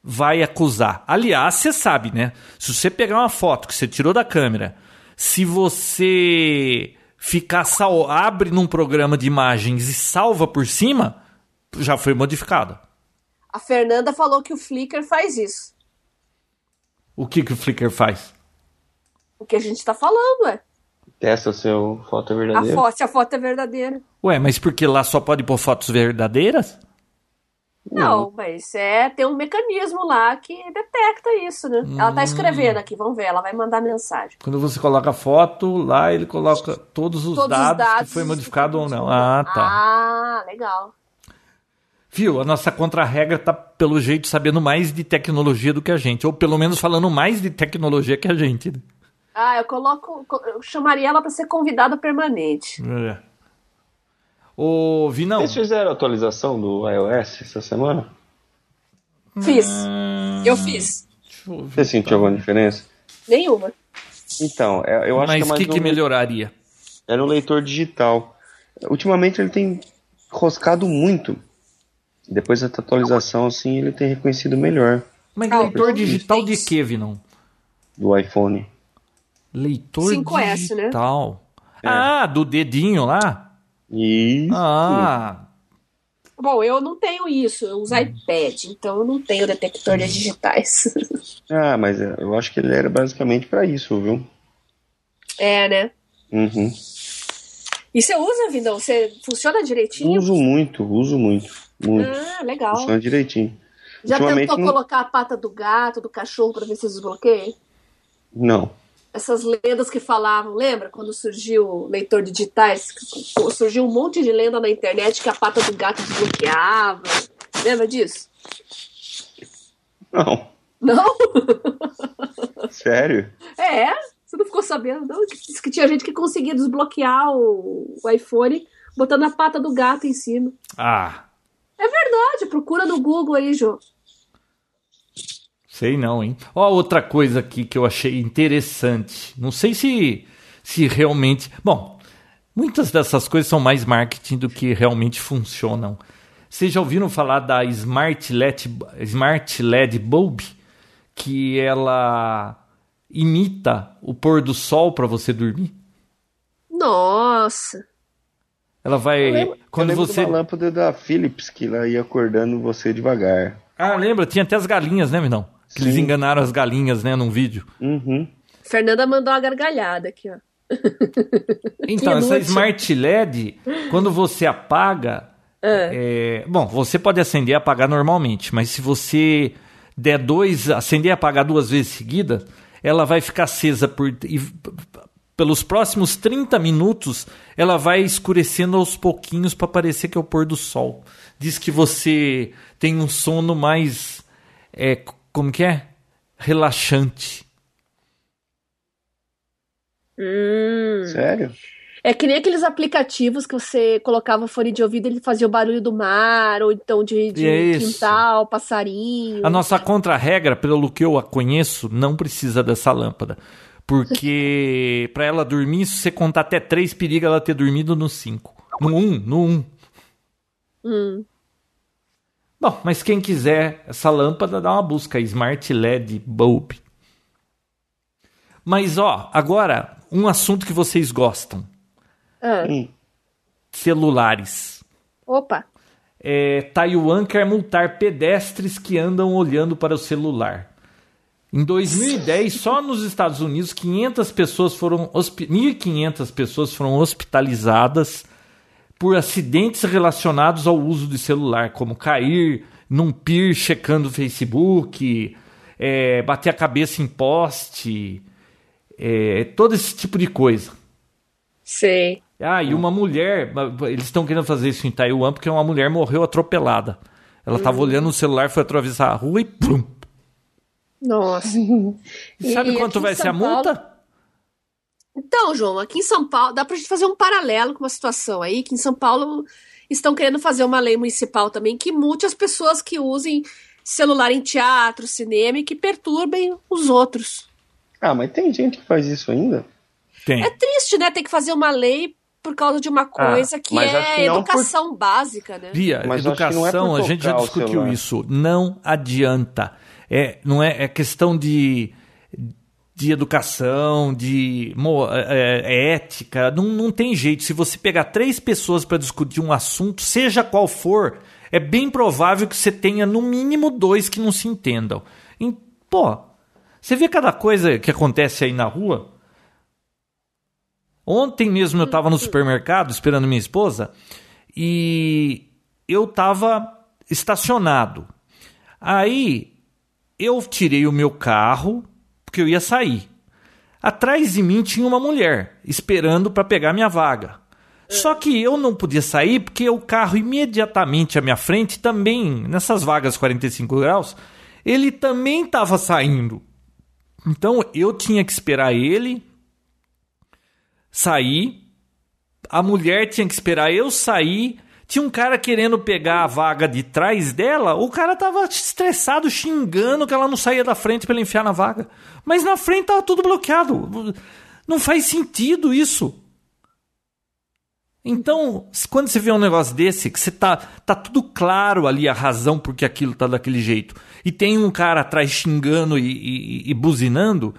S3: vai acusar. Aliás, você sabe, né? Se você pegar uma foto que você tirou da câmera, se você ficar sal... abre num programa de imagens e salva por cima, já foi modificada.
S1: A Fernanda falou que o Flickr faz isso.
S3: O que, que o Flickr faz?
S1: O que a gente tá falando, é.
S2: Testa seu foto
S1: A
S2: verdadeira.
S1: foto, se a foto é verdadeira.
S3: Ué, mas porque lá só pode pôr fotos verdadeiras?
S1: Não, mas é tem um mecanismo lá que detecta isso, né? Ela tá escrevendo aqui, vamos ver, ela vai mandar mensagem.
S3: Quando você coloca a foto, lá ele coloca todos os,
S1: Todos os
S3: dados,
S1: dados
S3: que foi modificado ou não.
S1: que-
S3: Ah, tá.
S1: Ah, legal.
S3: Viu? A nossa contra-regra tá, pelo jeito, sabendo mais de tecnologia do que a gente. Ou pelo menos falando mais de tecnologia que a gente. né?
S1: Ah, eu coloco, eu chamaria ela pra ser convidada permanente.
S3: É. Ô, Vinão.
S2: Vocês fizeram a atualização do iOS essa semana?
S1: Fiz. Hum.
S2: Ah.
S1: Eu fiz.
S3: Deixa eu ver.
S2: Você sentiu alguma diferença?
S1: Nenhuma.
S2: Então, é- eu acho
S3: Mas
S2: que é
S3: o
S2: mais
S3: que, que
S2: um-
S3: melhoraria?
S2: era um leitor digital. Ultimamente ele tem roscado muito. Depois dessa atualização, assim, ele tem reconhecido melhor
S3: Mas
S1: Ah,
S3: leitor
S1: eu-
S3: digital de quê, Vinão?
S2: do iPhone.
S3: Leitor
S1: 5S, né?
S3: digital.
S2: É.
S3: Ah, do dedinho lá?
S2: E
S3: Ah,
S1: Bom, eu não tenho isso, eu
S2: Hum.
S1: uso iPad, então eu não tenho detector de digitais.
S2: ah, mas é, eu acho que ele era basicamente pra isso, viu?
S1: É, né?
S2: Uhum.
S1: E você usa, Vindão? Você funciona direitinho?
S2: Uso muito, uso muito, muito.
S1: Ah, legal.
S2: Funciona direitinho.
S1: Já
S2: ultimamente
S1: tentou
S2: não-
S1: colocar a pata do gato, do cachorro pra ver se desbloqueia?
S2: Não.
S1: Essas lendas que falavam, lembra? Quando surgiu o leitor de digitais, surgiu um monte de lenda na internet que a pata do gato desbloqueava. Lembra disso?
S2: Não.
S1: Não?
S2: Sério?
S1: É? Você não ficou sabendo, não? Diz que tinha gente que conseguia desbloquear o, o iPhone botando a pata do gato em cima.
S3: ah,
S1: Verdade, procura no Google aí, Jô.
S3: sei não, hein? Ó, outra coisa aqui que eu achei interessante. Não sei se, se realmente. Bom, muitas dessas coisas são mais marketing do que realmente funcionam. Vocês já ouviram falar da Smart LED, Smart LED Bulb? Que ela imita o pôr do sol para você dormir?
S1: Nossa.
S3: Ela vai.
S2: Eu lembro-
S3: quando
S2: eu lembro
S3: você.
S2: da lâmpada da Philips que ela ia acordando você devagar.
S3: Ah, lembra? Tinha até as galinhas, né, Minão? Que eles
S2: Sim.
S3: enganaram as galinhas, né, num vídeo.
S2: Uhum.
S1: Fernanda mandou uma gargalhada aqui, ó.
S3: Então, essa
S1: inútil.
S3: Smart LED, quando você apaga. é, bom, você pode acender e apagar normalmente, mas se você der dois. acender e apagar duas vezes seguida, ela vai ficar acesa por. e p- p- pelos próximos 30 minutos, ela vai escurecendo aos pouquinhos para parecer que é o pôr do sol. Diz que você tem um sono mais. é, c- como que é? Relaxante.
S1: Hum.
S2: Sério?
S1: É que nem aqueles aplicativos que você colocava o fone de ouvido e ele fazia o barulho do mar, ou então de, de
S3: É isso.
S1: quintal, passarinho.
S3: A nossa contra-regra, pelo que eu a conheço, não precisa dessa lâmpada. Porque pra ela dormir, se você contar até três, periga ela ter dormido no cinco. No um, no um.
S1: Hum.
S3: Bom, mas quem quiser essa lâmpada, dá uma busca. Smart LED Bulb. Mas, ó, agora, um assunto que vocês gostam.
S1: Ah,
S2: Hum.
S3: Celulares.
S1: Opa.
S3: É, Taiwan quer multar pedestres que andam olhando para o celular. Em 2010, só nos Estados Unidos, 500 pessoas foram hospi- 1.500 pessoas foram hospitalizadas por acidentes relacionados ao uso de celular, como cair num pier checando o Facebook, é, bater a cabeça em poste, é, todo esse tipo de coisa.
S1: Sei.
S3: Ah, e uma mulher, eles estão querendo fazer isso em Taiwan porque uma mulher morreu atropelada. Ela estava
S1: Uhum.
S3: olhando o celular, foi atravessar a rua e plum.
S1: Nossa.
S3: E sabe
S1: E aqui
S3: quanto
S1: em
S3: vai
S1: São
S3: ser a
S1: Paulo-
S3: multa?
S1: Então, João, aqui em São Paulo, dá pra gente fazer um paralelo com uma situação aí, que em São Paulo estão querendo fazer uma lei municipal também que multe as pessoas que usem celular em teatro, cinema e que perturbem os outros.
S2: Ah, mas tem gente que faz isso ainda?
S3: Tem.
S1: É triste, né, ter que fazer uma lei por causa de uma coisa que
S2: Ah, mas acho
S1: é
S2: que um não
S1: educação básica, né?
S3: Bia,
S2: Mas eu acho que não é por
S3: educação, a gente já
S2: tocar o
S3: discutiu
S2: celular.
S3: isso. Não adianta. É, não é, é questão de, de educação, de mo- é, é, ética. Não, não tem jeito. Se você pegar três pessoas para discutir um assunto, seja qual for, é bem provável que você tenha no mínimo dois que não se entendam. E, pô, você vê cada coisa que acontece aí na rua. Ontem mesmo eu estava no supermercado esperando minha esposa e eu estava estacionado. Aí eu tirei o meu carro, porque eu ia sair. Atrás de mim tinha uma mulher esperando para pegar minha vaga. Só que eu não podia sair porque o carro imediatamente à minha frente também, nessas vagas 45 graus, ele também estava saindo. Então eu tinha que esperar ele sair, a mulher tinha que esperar eu sair. Tinha um cara querendo pegar a vaga de trás dela, o cara tava estressado, xingando que ela não saía da frente para ele enfiar na vaga. Mas na frente tava tudo bloqueado. Não faz sentido isso. Então, quando você vê um negócio desse, que você tá, tá tudo claro ali a razão por que aquilo tá daquele jeito, e tem um cara atrás xingando e, e, e buzinando,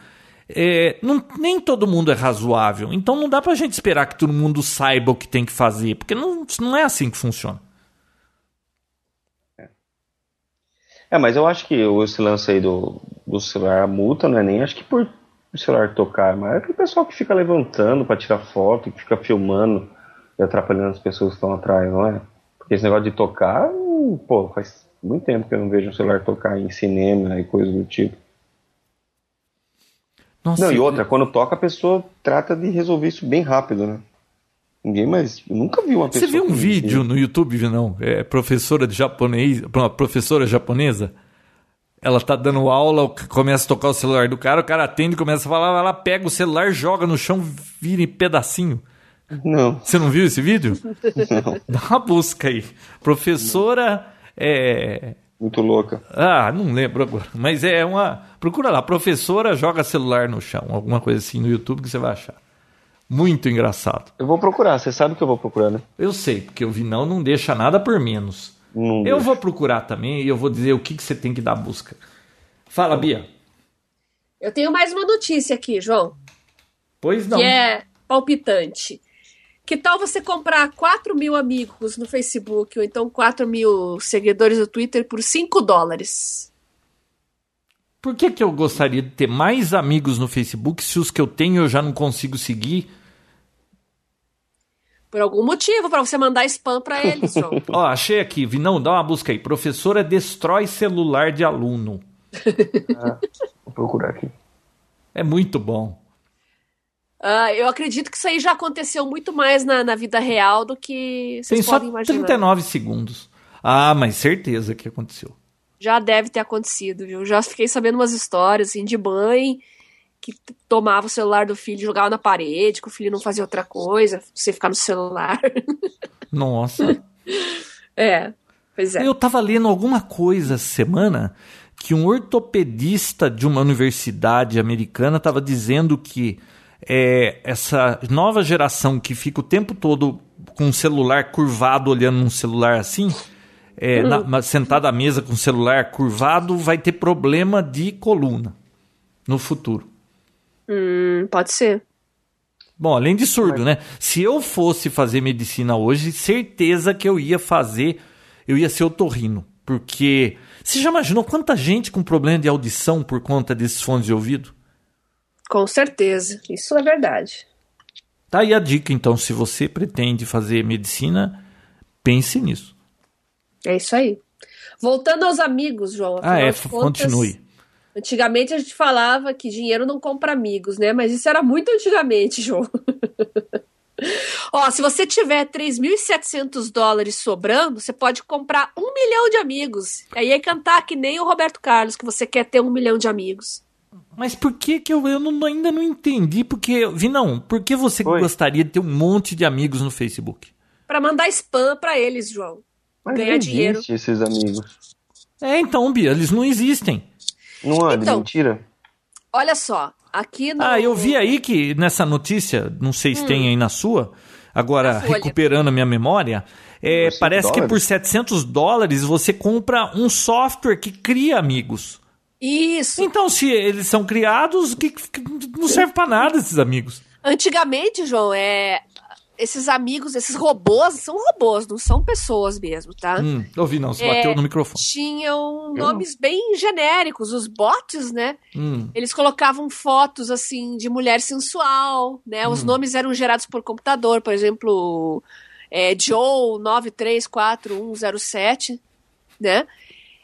S3: é, não, nem todo mundo é razoável. Então não dá pra gente esperar que todo mundo saiba o que tem que fazer, porque não, não é assim que funciona.
S2: É. é, mas eu acho que esse lance aí do, do celular, a multa, não é nem acho que por o celular tocar, mas é que o pessoal que fica levantando para tirar foto, que fica filmando e atrapalhando as pessoas que estão atrás, não é? Porque esse negócio de tocar, hum, pô, faz muito tempo que eu não vejo um celular tocar em cinema e coisas do tipo. Nossa, não, e outra, quando toca, a pessoa trata de resolver isso bem rápido, né? Ninguém mais. Eu nunca vi uma pessoa.
S3: Você viu um vídeo no YouTube, não? É professora de japonês, professora japonesa? Ela tá dando aula, começa a tocar o celular do cara, o cara atende, começa a falar, ela pega o celular, joga no chão, vira em pedacinho. né?
S2: Não.
S3: Você não viu esse vídeo? Não. Dá uma busca aí. Professora. É...
S2: Muito louca.
S3: Ah, não lembro agora. Mas é uma. Procura lá, professora joga celular no chão, alguma coisa assim no YouTube que você vai achar. Muito engraçado.
S2: Eu vou procurar, você sabe que eu vou procurar, né?
S3: Eu sei, porque o Vinão não deixa nada por menos. Não eu deixa. vou procurar também e eu vou dizer o que, que você tem que dar busca. Fala, Bia.
S1: Eu tenho mais uma notícia aqui, João.
S3: Pois não.
S1: Que é palpitante. Que tal você comprar 4 mil amigos no Facebook ou então 4 mil seguidores no Twitter por 5 dólares?
S3: Por que, que eu gostaria de ter mais amigos no Facebook se os que eu tenho eu já não consigo seguir?
S1: Por algum motivo, para você mandar spam para eles, João.
S3: Ó, oh, achei aqui. Vinão, dá uma busca aí. Professora destrói celular de aluno.
S2: ah, vou procurar aqui.
S3: É muito bom.
S1: Uh, eu acredito que isso aí já aconteceu muito mais na, na vida real do que vocês
S3: Tem podem imaginar. Tem só 39 segundos. Ah, mas certeza que aconteceu.
S1: Já deve ter acontecido, viu? Já fiquei sabendo umas histórias, assim, de mãe que tomava o celular do filho e jogava na parede, que o filho não fazia outra coisa, você ficar no celular.
S3: Nossa.
S1: é, pois é.
S3: Eu tava lendo alguma coisa semana que um ortopedista de uma universidade americana tava dizendo que é, essa nova geração que fica o tempo todo com o celular curvado, olhando um celular assim, é, uhum. na, sentada à mesa com o celular curvado, vai ter problema de coluna no futuro.
S1: Hum, pode ser.
S3: Bom, além de surdo, né? Se eu fosse fazer medicina hoje, certeza que eu ia fazer, eu ia ser otorrino. Porque você já imaginou quanta gente com problema de audição por conta desses fones de ouvido?
S1: Com certeza, isso é verdade.
S3: Tá aí a dica, então, se você pretende fazer medicina, pense nisso.
S1: É isso aí. Voltando aos amigos, João.
S3: Ah, é, contas, continue.
S1: Antigamente a gente falava que dinheiro não compra amigos, né? Mas isso era muito antigamente, João. Ó, se você tiver 3.700 dólares sobrando, você pode comprar um milhão de amigos. Aí é cantar que nem o Roberto Carlos, que você quer ter um milhão de amigos.
S3: Mas por que que eu, eu não, ainda não entendi? Porque, Vinão, por que você Oi. gostaria de ter um monte de amigos no Facebook?
S1: Para mandar spam para eles, João. Mas ganhar não dinheiro.
S2: esses amigos.
S3: É, então, Bia, eles não existem.
S2: Não é então, mentira.
S1: Olha só, aqui no...
S3: Ah, eu vi aí que nessa notícia, não sei se hum. tem aí na sua, agora recuperando a minha memória, é, parece dólares? que por 700 dólares você compra um software que cria amigos.
S1: Isso.
S3: Então, se eles são criados, que, que não serve para nada esses amigos.
S1: Antigamente, João, é esses amigos, esses robôs, são robôs, não são pessoas mesmo, tá?
S3: Hum, ouvi não, você é, bateu no microfone.
S1: Tinham Eu nomes não. bem genéricos, os bots, né? Hum. Eles colocavam fotos, assim, de mulher sensual, né? Os hum. nomes eram gerados por computador, por exemplo, é, Joe 9341107, né?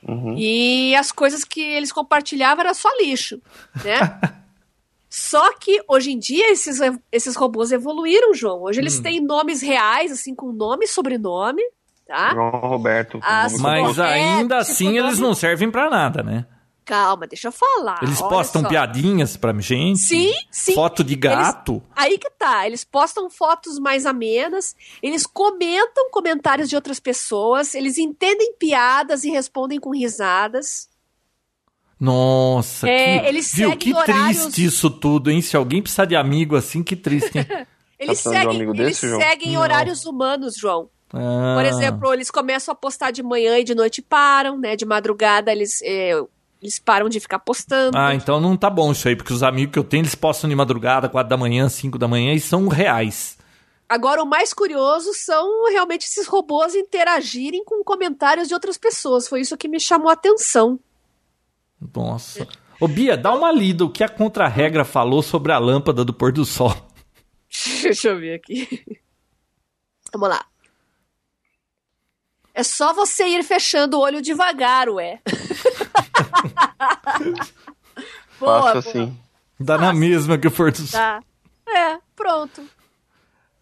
S1: Uhum. E as coisas que eles compartilhavam era só lixo, né? só que hoje em dia esses, esses robôs evoluíram, João. Hoje eles hum. têm nomes reais, assim, com nome e sobrenome, tá?
S2: João Roberto.
S3: As mas é, ainda tipo assim eles nome... não servem para nada, né?
S1: Calma, deixa eu falar.
S3: Eles postam Ah, só. piadinhas pra gente?
S1: Sim, sim.
S3: Foto de gato?
S1: Eles, aí que tá. Eles postam fotos mais amenas, eles comentam comentários de outras pessoas, eles entendem piadas e respondem com risadas.
S3: Nossa, é, que, eles viu, que horários... triste isso tudo, hein? Se alguém precisar de amigo assim, que triste, hein?
S1: eles tá seguem, um eles desse, seguem Não. horários humanos, João. Ah. Por exemplo, eles começam a postar de manhã e de noite param, né? De madrugada eles... É, eles param de ficar postando.
S3: Ah, então não tá bom isso aí, porque os amigos que eu tenho, eles postam de madrugada, 4 da manhã, 5 da manhã, e são reais.
S1: Agora, o mais curioso são realmente esses robôs interagirem com comentários de outras pessoas. Foi isso que me chamou a atenção.
S3: Nossa. Ô, Bia, dá uma lida. O que a contra-regra falou sobre a lâmpada do pôr do sol?
S1: Deixa eu ver aqui. Vamos lá. É só você ir fechando o olho devagar, ué.
S2: boa, Faço assim. Boa.
S3: Dá Faço. na mesma que o Porto
S1: Tá. É, pronto.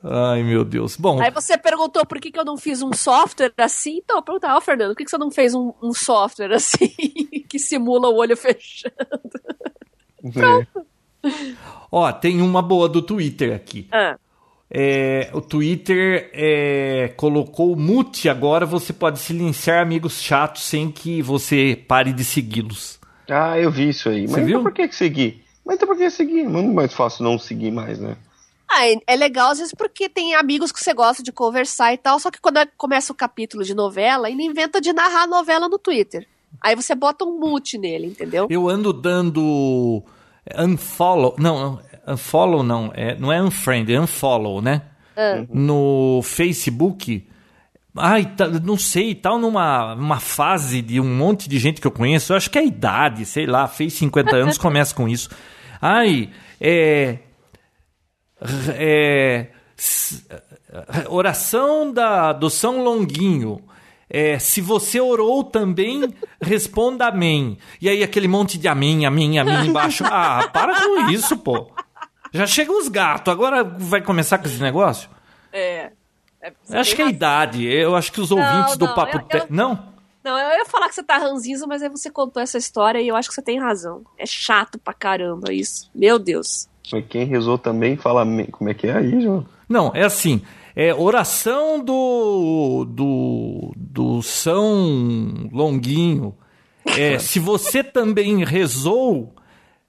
S3: Ai, meu Deus. Bom.
S1: Aí você perguntou por que, que eu não fiz um software assim. Então, perguntar, ó, oh, Fernando, por que, que você não fez um, um software assim que simula o olho fechando? É. Pronto.
S3: Ó, tem uma boa do Twitter aqui.
S1: Ah.
S3: É, o Twitter é, colocou mute agora, você pode silenciar amigos chatos sem que você pare de segui-los.
S2: Ah, eu vi isso aí. Mas você viu? Então por que seguir? Mas então por que seguir? Muito mais fácil não seguir mais, né?
S1: Ah, é legal às vezes porque tem amigos que você gosta de conversar e tal, só que quando é, começa o capítulo de novela, ele inventa de narrar a novela no Twitter. Aí você bota um mute nele, entendeu?
S3: Eu ando dando unfollow, não, unfollow não, é, não é unfriend, é unfollow, né?
S1: Uhum.
S3: No Facebook, ai, tá, não sei, tal numa uma fase de um monte de gente que eu conheço, eu acho que é a idade, sei lá, fez 50 anos, começa com isso. Ai, é, é oração da, do São Longuinho. É, se você orou também, responda amém. E aí aquele monte de amém, amém, amém embaixo. Ah, para com isso, pô. Já chega os gatos, agora vai começar com esse negócio?
S1: É. é
S3: eu acho que é a idade, eu acho que os não, é ouvintes do
S1: não,
S3: Papo...
S1: Eu,
S3: te...
S1: eu,
S3: Não?
S1: Não, eu ia falar que você tá ranzinza, mas aí você contou essa história e eu acho que você tem razão. É chato pra caramba isso. Meu Deus.
S2: Mas é quem rezou também fala como é que é aí, João?
S3: Não, é assim, é oração do, do, do São Longuinho. É, se você também rezou,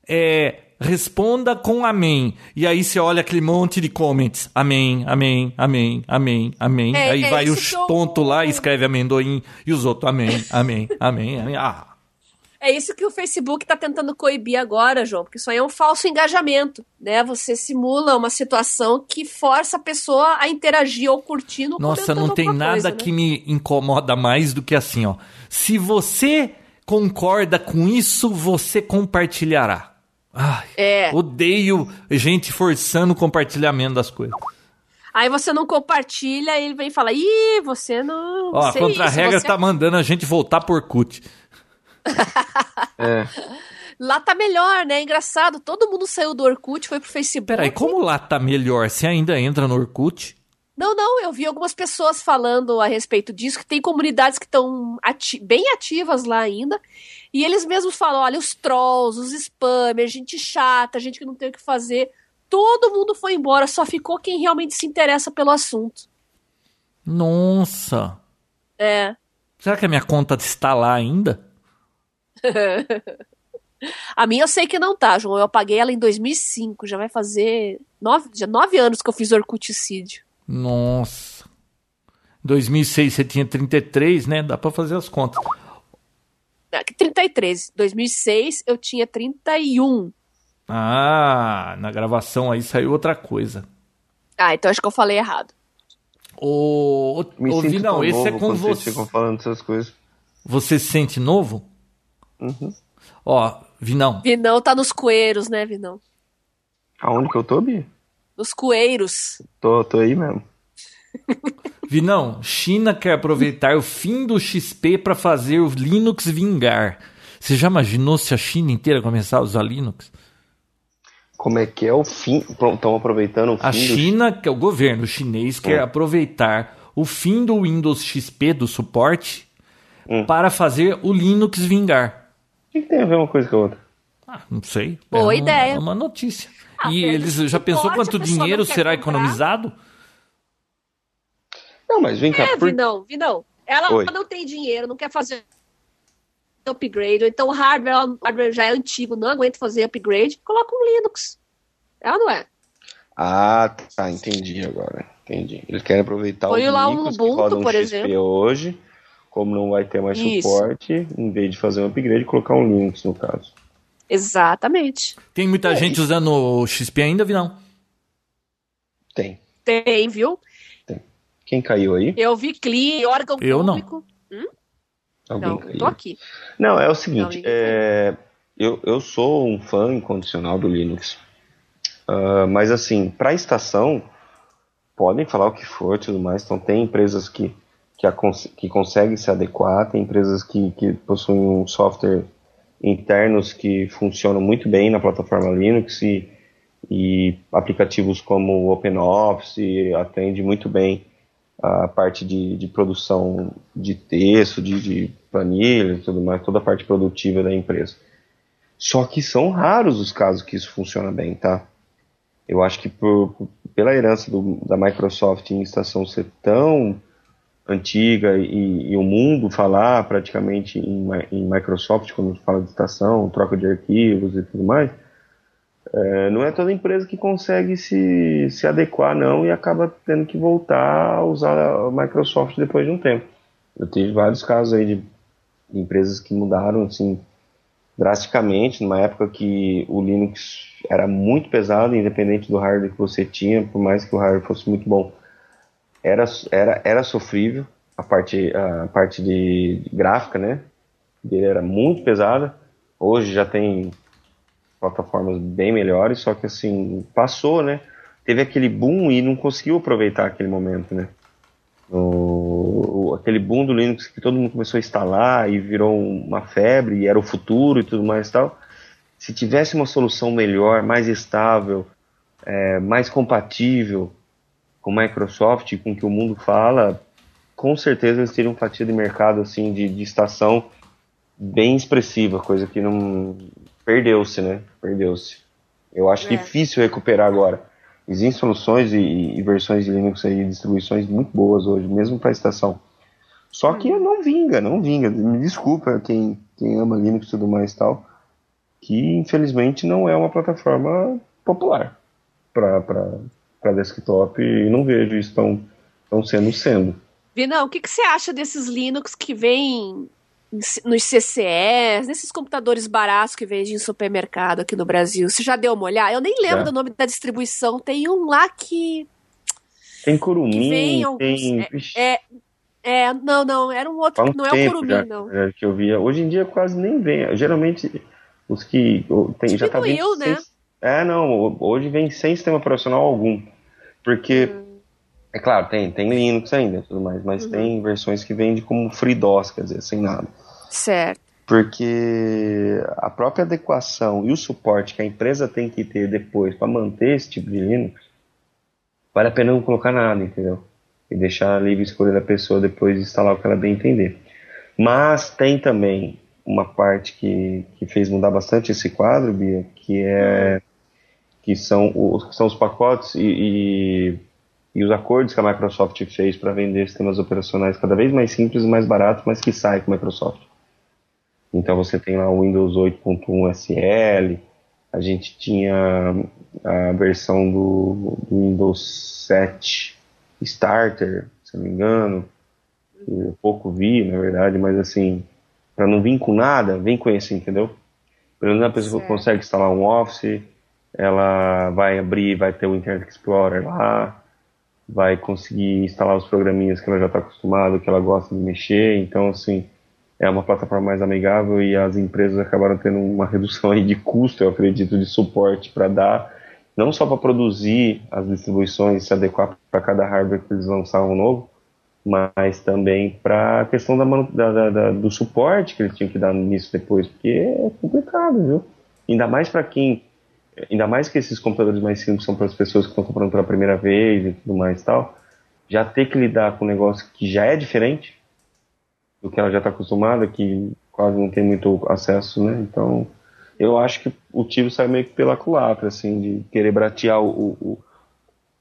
S3: é, responda com amém. E aí você olha aquele monte de comments. Amém, amém, amém, amém, amém. É, aí é vai os eu... tonto lá e escreve amendoim. E os outros, amém, amém, amém, amém. Ah.
S1: É isso que o Facebook está tentando coibir agora, João, porque isso aí é um falso engajamento, né? Você simula uma situação que força a pessoa a interagir ou curtindo.
S3: Nossa, não tem nada coisa, que né? me incomoda mais do que assim, ó. Se você concorda com isso, você compartilhará. Ai,
S1: é.
S3: Odeio gente forçando o compartilhamento das coisas.
S1: Aí você não compartilha, ele vem e fala: "Ih, você é não".
S3: Ó, a tá contra-regra está você... mandando a gente voltar por cut.
S2: é.
S1: Lá tá melhor, né? Engraçado, todo mundo saiu do Orkut, foi pro Facebook.
S3: Peraí, como lá tá melhor? Você ainda entra no Orkut?
S1: Não, não, eu vi algumas pessoas falando a respeito disso, que tem comunidades que estão ati bem ativas lá ainda, e eles mesmos falam, olha, os trolls, os spammers, gente chata, gente que não tem o que fazer, todo mundo foi embora, só ficou quem realmente se interessa pelo assunto.
S3: Nossa!
S1: É.
S3: Será que a minha conta está lá ainda?
S1: a minha eu sei que não tá, João. Eu apaguei ela em 2005. Já vai fazer nove, já nove anos que eu fiz orcuticídio.
S3: Nossa. 2006 você tinha 33, né? Dá pra fazer as contas.
S1: Não, 33. 2006 eu tinha 31.
S3: Ah, na gravação aí saiu outra coisa.
S1: Ah, então acho que eu falei errado.
S3: O, o,
S2: Me
S3: ouvi, não, esse é com
S2: você. Ficam falando essas coisas.
S3: Você se sente novo?
S2: Uhum.
S3: Ó, Vinão.
S1: Vinão tá nos coeiros, né, Vinão?
S2: Aonde que eu tô, Bia?
S1: Nos coeiros.
S2: Tô, tô aí mesmo.
S3: Vinão, China quer aproveitar o fim do XP para fazer o Linux vingar. Você já imaginou se a China inteira começar a usar Linux?
S2: Como é que é o fim? Estão aproveitando o fim
S3: A China, que é o governo chinês, quer
S2: Hum.
S3: aproveitar o fim do Windows XP do suporte
S2: Hum.
S3: para fazer o Linux vingar.
S2: do... O que que tem a ver uma coisa com a outra?
S3: Ah, não sei.
S1: Boa
S3: uma-
S1: ideia.
S3: É uma notícia.
S1: Ah,
S3: e
S1: perde
S3: eles
S1: o
S3: já pensou
S1: suporte,
S3: quanto
S1: a pessoa não
S3: dinheiro
S1: quer
S3: será
S1: comprar.
S3: economizado?
S2: Não, mas vem cá,
S1: É,
S2: por...
S1: Vinão, Vinão. Ela
S2: Oi.
S1: não tem dinheiro, não quer fazer upgrade, ou então o hardware, ela- o hardware já é antigo, não aguenta fazer upgrade, coloca um Linux. Ela não é.
S2: Ah, tá, entendi agora. Entendi. Eles querem aproveitar
S1: Põe
S2: os
S1: lá um
S2: micros
S1: Ubuntu,
S2: que rodam
S1: por
S2: XP
S1: exemplo.
S2: hoje, como não vai ter mais
S1: Isso.
S2: suporte, em vez de fazer um upgrade, colocar um Linux no caso.
S1: Exatamente.
S3: Tem
S1: É
S3: muita gente usando o XP ainda, Vinão?
S2: Tem.
S1: Tem, viu?
S2: Quem caiu aí?
S1: Eu vi CLI, órgão
S3: Eu não.
S1: público.
S2: Alguém
S1: Não, eu
S2: caiu?
S1: tô aqui.
S2: Não, é o
S1: Não,
S2: seguinte,
S1: ninguém
S2: é, eu, eu sou um fã incondicional do Linux. Ah, mas assim, para estação, podem falar o que for e tudo mais. Então tem empresas que, que, acons- que conseguem se adequar, tem empresas que, que possuem um software internos que funcionam muito bem na plataforma Linux e, e aplicativos como o OpenOffice atende muito bem a parte de, de produção de texto, de, de planilha e tudo mais, toda a parte produtiva da empresa. Só que são raros os casos que isso funciona bem, tá? Eu acho que por- pela herança do- da Microsoft em estação ser tão antiga e, e o mundo falar praticamente em, mi- em Microsoft quando fala de estação, troca de arquivos e tudo mais, é, não é toda empresa que consegue se, se adequar não e acaba tendo que voltar a usar a Microsoft depois de um tempo. Eu tive vários casos aí de empresas que mudaram assim drasticamente numa época que o Linux era muito pesado, independente do hardware que você tinha, por mais que o hardware fosse muito bom, era, era, era sofrível a parte, a parte de, de gráfica, né? Dele era muito pesada. Hoje já tem plataformas bem melhores, só que assim, passou, né? Teve aquele boom e não conseguiu aproveitar aquele momento, né? O, o- aquele boom do Linux que todo mundo começou a instalar e virou uma febre e era o futuro e tudo mais e tal. Se tivesse uma solução melhor, mais estável, é, mais compatível com Microsoft, com o que o mundo fala, com certeza eles teriam fatia de mercado assim de, de estação bem expressiva, coisa que não perdeu-se, né? Perdeu-se. Eu acho
S1: É.
S2: difícil recuperar agora. Existem soluções e, e versões de Linux aí, distribuições muito boas hoje, mesmo para estação. Só que não vinga, não vinga. Me desculpa quem, quem ama Linux e tudo mais e tal, que infelizmente não é uma plataforma popular para desktop e não vejo isso tão, tão sendo sendo.
S1: Vinão, o que, que você acha desses Linux que vêm em C- nos CCS, nesses computadores baratos que vendem em supermercado aqui no Brasil? Você já deu uma olhada? Eu nem lembro
S2: Já.
S1: do nome da distribuição. Tem um lá que.
S2: Tem Curumim,
S1: Que vem alguns-
S2: tem.
S1: é-
S2: Vixe,
S1: É, é, não, não, era um outro,
S2: faz
S1: que
S2: um
S1: não é o
S2: tempo
S1: Curumim,
S2: já,
S1: não.
S2: já que eu via. Hoje em dia quase nem vem. Geralmente os que. o- Tem, já tá vindo
S1: Diminuiu, né?
S2: sem- É, não. ho- Hoje vem sem sistema operacional algum. Porque.
S1: Hum.
S2: É claro, tem, tem Linux ainda e tudo mais,
S1: Uhum.
S2: mas tem versões que vêm de como FreeDOS, quer dizer, sem nada.
S1: Certo.
S2: porque a própria adequação e o suporte que a empresa tem que ter depois para manter esse tipo de Linux, vale a pena não colocar nada, entendeu? E deixar a livre escolha da pessoa depois de instalar o que ela bem entender. Mas tem também uma parte que, que fez mudar bastante esse quadro, Bia, que é que são os, que são os pacotes e, e, e os acordos que a Microsoft fez para vender sistemas operacionais cada vez mais simples e mais baratos, mas que saem com a Microsoft. Então você tem lá o Windows 8.1 SL, a gente tinha a versão do, do Windows 7 Starter, se eu não me engano. que Eu pouco vi, na verdade, mas assim, para não vir com nada, vem com esse, entendeu? Pelo menos a pessoa
S1: Certo.
S2: consegue instalar um Office, ela vai abrir, vai ter o Internet Explorer lá, vai conseguir instalar os programinhas que ela já está acostumada, que ela gosta de mexer, então assim, é uma plataforma mais amigável e as empresas acabaram tendo uma redução aí de custo, eu acredito, de suporte para dar, não só para produzir as distribuições, se adequar para cada hardware que eles lançavam um novo, mas também para a questão da, da, da, do suporte que ele tinha que dar nisso depois, porque é complicado, viu? Ainda mais para quem, ainda mais que esses computadores mais simples são para as pessoas que estão comprando pela primeira vez e tudo mais e tal, já ter que lidar com um negócio que já é diferente do que ela já está acostumada, que quase não tem muito acesso, né? Então, eu acho que o tiro sai meio que pela culatra, assim, de querer bratear o, o,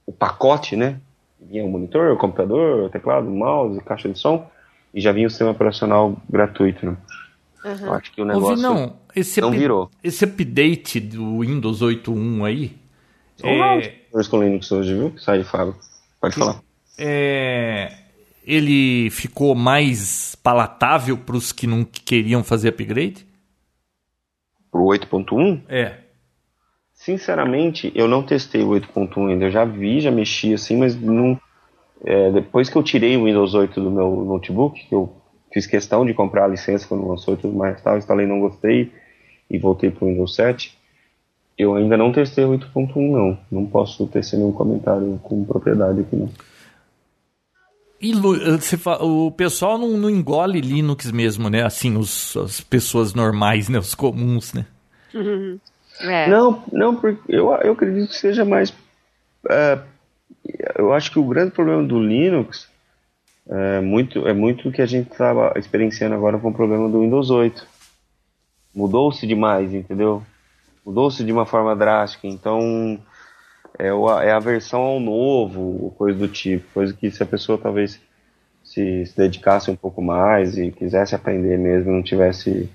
S2: o pacote, né? vinha o monitor, o computador, o teclado, o mouse, caixa de som, e já vinha o sistema operacional gratuito, né?
S1: Uhum.
S2: Acho que o negócio
S3: Ouvi, não, esse
S2: não
S3: up-
S2: virou.
S3: Esse update do Windows 8.1 aí.
S2: São vários computadores com Linux hoje, viu? Que Sai de fábrica. Pode falar.
S3: é, ele ficou mais palatável para os que não queriam fazer upgrade?
S2: Pro 8.1,
S3: É.
S2: sinceramente, eu não testei o 8.1 ainda. Eu já vi, já mexi assim, mas não. é, depois que eu tirei o Windows 8 do meu notebook, que eu fiz questão de comprar a licença quando lançou e tudo mais, tal, instalei, não gostei e voltei pro Windows 7. Eu ainda não testei o 8.1, não. Não posso tecer nenhum comentário com propriedade aqui, não.
S3: E Lu- você fa- o pessoal não, não engole Linux mesmo, né? Assim, os, as pessoas normais, né? Os comuns, né?
S1: É.
S2: Não, não, porque eu, eu acredito que seja mais. é, eu acho que o grande problema do Linux é muito, é muito o que a gente estava experienciando agora com o problema do Windows 8. Mudou-se demais, entendeu? Mudou-se de uma forma drástica. Então, é, o, é a versão ao novo, coisa do tipo. Coisa que se a pessoa talvez se, se dedicasse um pouco mais e quisesse aprender mesmo, não tivesse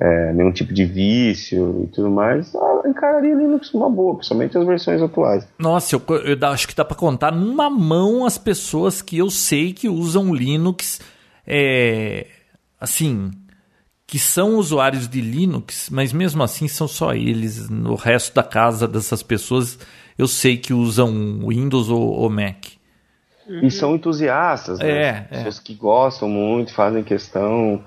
S2: é, nenhum tipo de vício e tudo mais, eu encararia Linux uma boa, principalmente as versões atuais.
S3: Nossa, eu, co- eu dá- acho que dá pra contar numa mão as pessoas que eu sei que usam Linux, é, assim, que são usuários de Linux, mas mesmo assim são só eles. No resto da casa dessas pessoas, eu sei que usam Windows ou, ou Mac.
S2: E são entusiastas, né?
S3: Uhum. É, é.
S2: Pessoas que gostam muito, fazem questão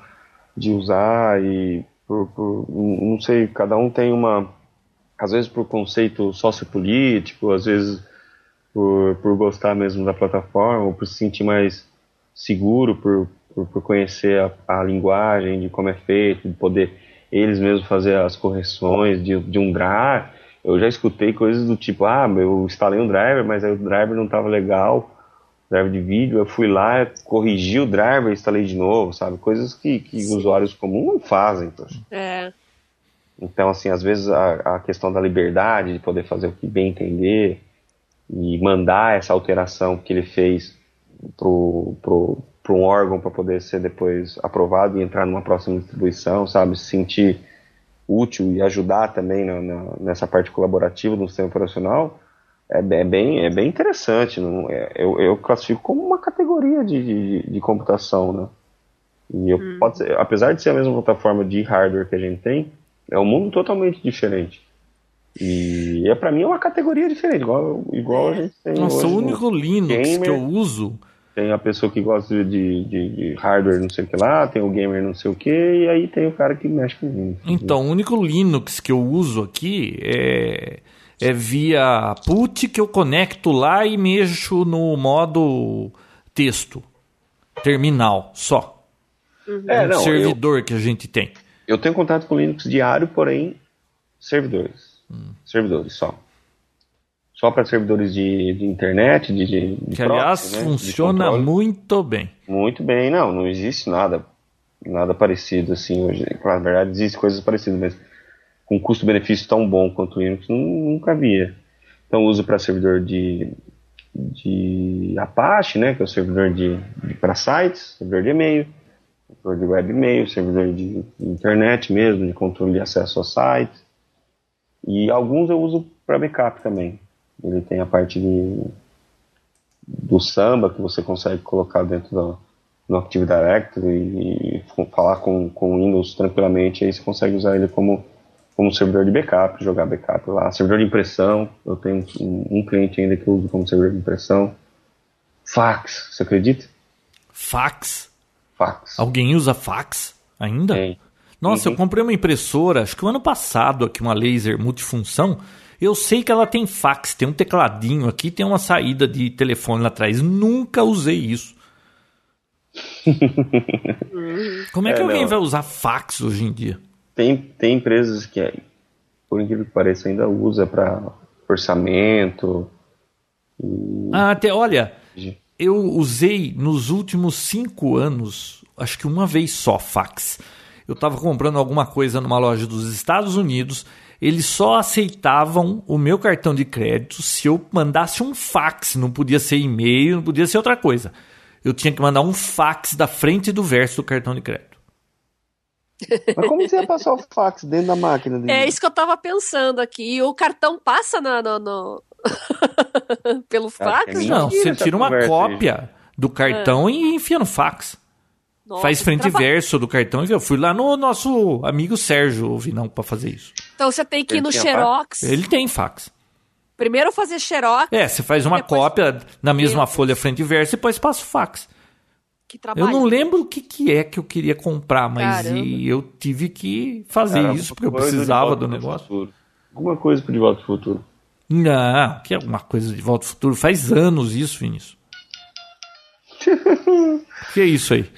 S2: de usar e por, por- não sei, cada um tem uma às vezes por conceito sociopolítico, às vezes por, por gostar mesmo da plataforma, ou por se sentir mais seguro, por, por, por conhecer a, a linguagem, de como é feito, de poder eles mesmos fazer as correções de, de um driver. Eu já escutei coisas do tipo, ah, eu instalei um driver, mas aí o driver não estava legal, driver de vídeo, eu fui lá, corrigi o driver, instalei de novo, sabe? Coisas que, que usuários comuns não fazem, poxa.
S1: É.
S2: Então, assim, às vezes a, a questão da liberdade de poder fazer o que bem entender e mandar essa alteração que ele fez para um órgão para poder ser depois aprovado e entrar numa próxima distribuição, sabe? Se sentir útil e ajudar também na- na- nessa parte colaborativa do sistema operacional é, be- é bem, é bem interessante. Não, é- eu, eu classifico como uma categoria de, de, de computação, né? E eu, pode ser, apesar de ser a mesma plataforma de hardware que a gente tem, é um mundo totalmente diferente. E é para mim é uma categoria diferente, igual, igual a gente tem
S3: Nossa,
S2: hoje né?
S3: o
S2: no-
S3: único Linux
S2: gamer.
S3: que eu uso
S2: tem a pessoa que gosta de, de- de hardware não sei o que lá, tem o gamer não sei o que, e aí tem o cara que mexe com Linux.
S3: Então, o único Linux que eu uso aqui é, é via put que eu conecto lá e mexo no modo texto, terminal, só. Um
S2: é, não, eu,
S3: servidor que a gente tem.
S2: eu tenho contato com Linux diário, porém, servidores.
S3: Hum.
S2: Servidores só. Só para servidores de, de internet, de, de, de proxy,
S3: Que, aliás,
S2: né, de
S3: funciona
S2: controle.
S3: muito bem.
S2: Muito bem, não, não existe nada nada parecido assim hoje. Claro, na verdade existem coisas parecidas, mas com um custo-benefício tão bom quanto o Linux nu- nunca havia. Então uso para servidor de, de Apache, né, que é o servidor de, de para sites, servidor de e-mail, servidor de web e-mail, servidor de internet mesmo, de controle de acesso a sites. E alguns eu uso para backup também. Ele tem a parte de, do samba que você consegue colocar dentro da, no Active Directory e f- falar com, com o Windows tranquilamente, aí você consegue usar ele como, como servidor de backup, jogar backup lá. Servidor de impressão, eu tenho um, um cliente ainda que eu uso como servidor de impressão. Fax, você acredita?
S3: Fax.
S2: Fax.
S3: Alguém usa fax ainda?
S2: Tem.
S3: Nossa, eu comprei uma impressora, acho que o ano passado aqui, uma laser multifunção. Eu sei que ela tem fax, tem um tecladinho aqui, tem uma saída de telefone lá atrás. Nunca usei isso. Como é que
S2: É,
S3: alguém
S2: não.
S3: vai usar fax hoje em dia?
S2: Tem, tem empresas que, por incrível que pareça, ainda usa para orçamento.
S3: Ah, até, olha,
S2: Tipo, de-
S3: eu usei nos últimos cinco anos, acho que uma vez só, fax. Eu estava comprando alguma coisa numa loja dos Estados Unidos, eles só aceitavam o meu cartão de crédito se eu mandasse um fax, não podia ser e-mail, não podia ser outra coisa. Eu tinha que mandar um fax da frente e do verso do cartão de crédito.
S2: Mas como você ia passar o fax dentro da máquina? de-
S1: É isso que eu tava pensando aqui. E O cartão passa na, no, no- pelo
S2: Cara,
S1: fax?
S2: tem
S1: gente?
S3: Não,
S2: Mentira
S3: você
S2: essa
S3: tira uma
S2: conversa aí.
S3: cópia do cartão e enfia no fax.
S1: Nossa,
S3: Faz frente e
S1: trava-
S3: verso do cartão. e Eu fui lá no nosso amigo Sérgio Vinão para fazer isso.
S1: Então você tem que ir
S2: Ele
S1: no
S2: tinha
S1: Xerox.
S3: Ele tem fax.
S1: Primeiro fazer Xerox,
S3: É, você faz uma
S1: Depois-
S3: cópia na mesma
S1: Deus.
S3: folha frente e verso e depois passa o fax.
S1: que trabalha.
S3: Eu não lembro o que, que é que eu queria comprar, mas
S1: Caramba.
S3: e eu tive que fazer
S2: Cara,
S3: isso porque eu
S2: alguma coisa de
S3: precisava
S2: Volta
S3: do
S2: pro
S3: negócio.
S2: Futuro. Alguma coisa pro de volta pro futuro.
S3: Não, que é alguma coisa de volta ao futuro. Faz anos isso, Vinícius. que é isso aí?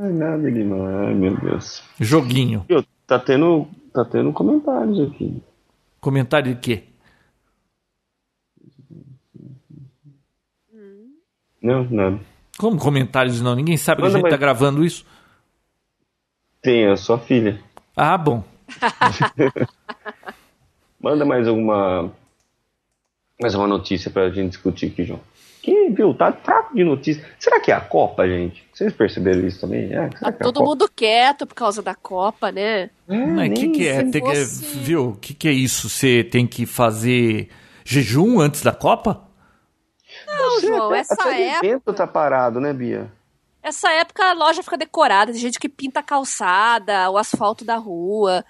S2: Ai, nada, Lima. Ai, meu Deus.
S3: Joguinho.
S2: Viu, Tá tendo, tá tendo comentários aqui.
S3: Comentário de quê?
S2: Não, nada.
S3: Como comentários não? Ninguém sabe que a
S2: Manda
S3: gente tá
S2: mais.
S3: gravando isso.
S2: Tem, a sua filha.
S3: Ah, bom.
S2: Manda mais alguma. Mais uma notícia pra gente discutir aqui, João. Que, viu, tá fraco de notícia. Será que é a Copa, gente? Vocês perceberam isso também? É, será
S1: Tá
S2: que é a
S1: todo
S2: Copa?
S1: mundo quieto por causa da Copa, né?
S2: É,
S3: Mas o que,
S2: nem-
S3: que é?
S1: se
S3: Tem que-
S1: fosse-
S3: viu? O que, que é isso? Você tem que fazer jejum antes da Copa?
S1: Não,
S2: Você,
S1: João,
S2: até-
S1: essa
S2: até o
S1: época-
S2: evento tá parado, né, Bia?
S1: Essa época a loja fica decorada, tem gente que pinta a calçada, o asfalto da rua,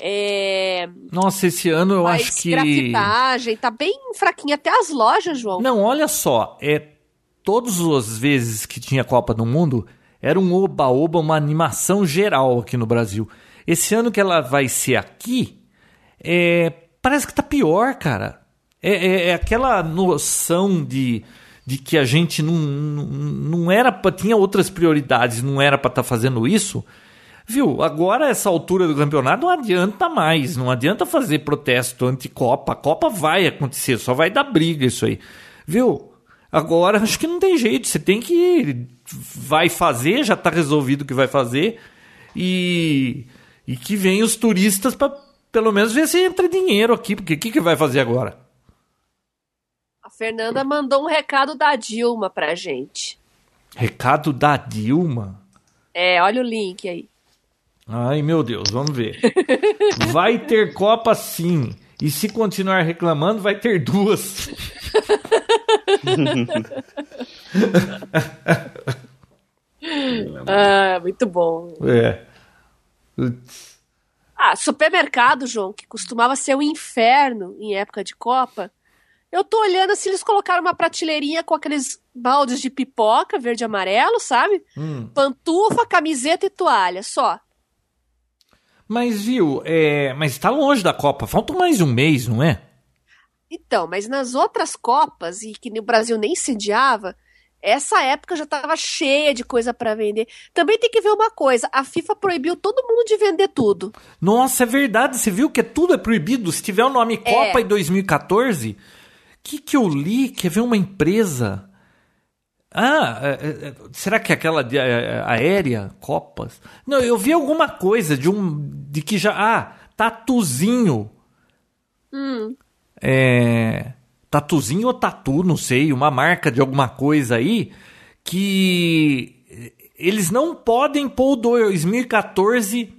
S1: é,
S3: Nossa, esse ano eu
S1: faz
S3: acho que.
S1: grafitagem, tá bem fraquinha até as lojas, João.
S3: Não, olha só. É todas as vezes que tinha Copa do Mundo era um oba-oba, uma animação geral aqui no Brasil. Esse ano que ela vai ser aqui, é, parece que tá pior, cara. É, é- é aquela noção de, de que a gente não, não, não era pra, tinha outras prioridades, não era pra estar fazendo isso. Viu, agora essa altura do campeonato não adianta mais, não adianta fazer protesto anti-Copa. A Copa vai acontecer, só vai dar briga isso aí. Viu? Agora acho que não tem jeito, você tem que ir. vai fazer, já tá resolvido o que vai fazer e e que venham os turistas pra pelo menos ver se entra dinheiro aqui, porque o que, que vai fazer agora?
S1: A Fernanda mandou um recado da Dilma pra gente.
S3: Recado da Dilma.
S1: É, olha o link aí.
S3: Ai, meu Deus, vamos ver. Vai ter Copa sim. E se continuar reclamando, vai ter duas.
S1: Ah, muito bom.
S3: É.
S1: Ah, supermercado, João, que costumava ser um inferno em época de Copa. Eu tô olhando assim, eles colocaram uma prateleirinha com aqueles baldes de pipoca verde e amarelo, sabe?
S3: Hum.
S1: Pantufa, camiseta e toalha, só.
S3: Mas viu, é, mas tá longe da Copa. Falta mais de um mês, não é?
S1: Então, mas nas outras Copas, e que no Brasil nem sediava, essa época já tava cheia de coisa pra vender. Também tem que ver uma coisa, a FIFA proibiu todo mundo de vender tudo.
S3: Nossa, é verdade. Você viu que tudo é proibido. Se tiver o nome Copa e 2014, que que eu li? Quer ver uma empresa? Ah, é, é, é, será que é aquela de, é, é, aérea Copas? Não, eu vi alguma coisa de um de que já ah, tatuzinho. é, tatuzinho ou tatu, não sei, uma marca de alguma coisa aí, que eles não podem pôr o 2014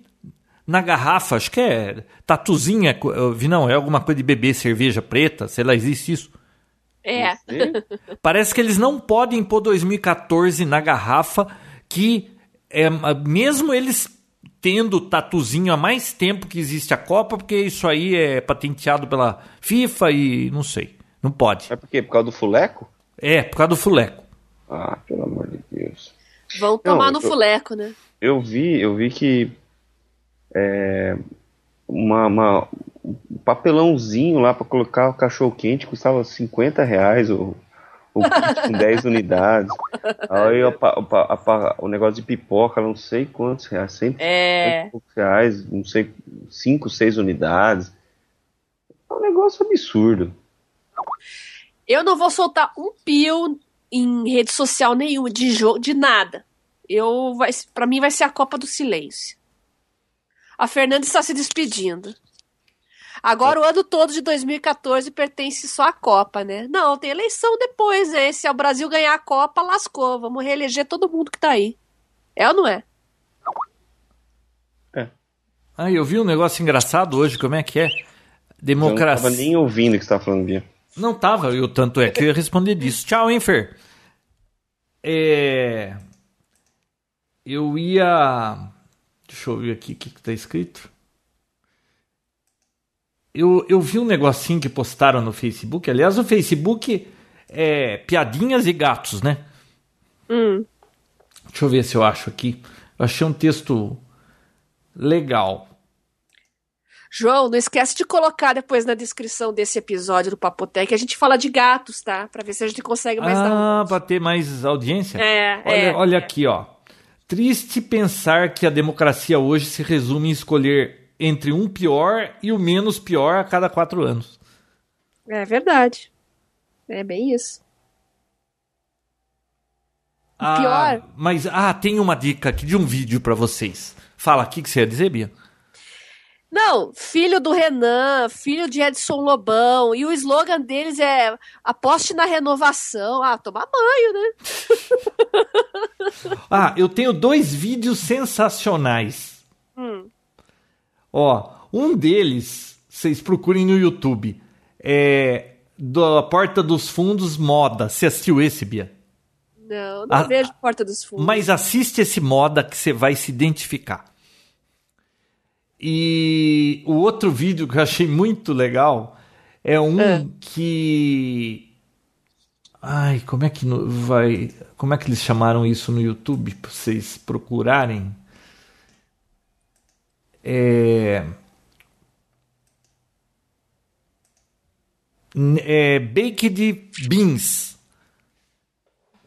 S3: na garrafa, acho que é tatuzinha, co- eu vi não, é alguma coisa de beber cerveja preta, sei lá, existe isso.
S1: É.
S2: Você?
S3: Parece que eles não podem pôr 2014 na garrafa, que é, mesmo eles tendo tatuzinho há mais tempo que existe a Copa, porque isso aí é patenteado pela FIFA e não sei, não pode.
S2: É por quê? Por causa do fuleco?
S3: É, por causa do fuleco.
S2: Ah, pelo amor de Deus.
S1: Vão tomar no
S2: eu-
S1: fuleco, né?
S2: Eu vi, eu vi que é, uma, uma- um papelãozinho lá pra colocar o cachorro quente custava 50 reais o, o kit com 10 unidades. Aí a pa- a pa- a pa- o negócio de pipoca, não sei quantos reais, 100
S1: É.
S2: e poucos reais, não sei, 5, 6 unidades. É um negócio absurdo.
S1: Eu não vou soltar um pio em rede social nenhuma, de jogo, de nada. Eu vai, pra mim vai ser a Copa do Silêncio. A Fernanda está se despedindo. Agora o ano todo de 2014 pertence só à Copa, né? Não, tem eleição depois, né? Se o Brasil ganhar a Copa, lascou. Vamos reeleger todo mundo que tá aí. É ou não é?
S3: Ah, eu vi um negócio engraçado hoje, como é que é?
S2: Eu não
S3: Democracia.
S2: tava nem ouvindo o que você tava falando, Bia.
S3: Não tava, eu tanto é que eu ia responder disso. Tchau, hein, Fer? É. Eu ia. Deixa eu ver aqui o que, que tá escrito. Eu, eu vi um negocinho que postaram no Facebook. Aliás, o Facebook é piadinhas e gatos, né?
S1: Hum.
S3: Deixa eu ver se eu acho aqui. Eu achei um texto legal.
S1: João, não esquece de colocar depois na descrição desse episódio do Papotec. A gente fala de gatos, tá? Pra ver se a gente consegue mais dar um-
S3: Ah, para ter mais audiência?
S1: É,
S3: Olha,
S1: é.
S3: olha aqui, ó. Triste pensar que a democracia hoje se resume em escolher entre um pior e o menos pior a cada quatro anos.
S1: É verdade. É bem isso.
S3: Ah,
S1: pior?
S3: Mas, ah, tem uma dica aqui de um vídeo pra vocês. Fala, o que, que você ia dizer, Bia?
S1: Não, filho do Renan, filho de Edson Lobão, e o slogan deles é aposte na renovação. Ah, tomar banho, né?
S3: Ah, eu tenho dois vídeos sensacionais.
S1: Hum.
S3: Ó, um deles, vocês procurem no YouTube. É da Porta dos Fundos Moda. Você assistiu esse, Bia?
S1: Não, não
S3: Ah,
S1: vejo Porta dos Fundos.
S3: Mas assiste esse moda que você vai se identificar. E o outro vídeo que eu achei muito legal é um
S1: É.
S3: que. Ai, como é que no- vai. Como é que eles chamaram isso no YouTube pra vocês procurarem? É. N- é Baked Beans.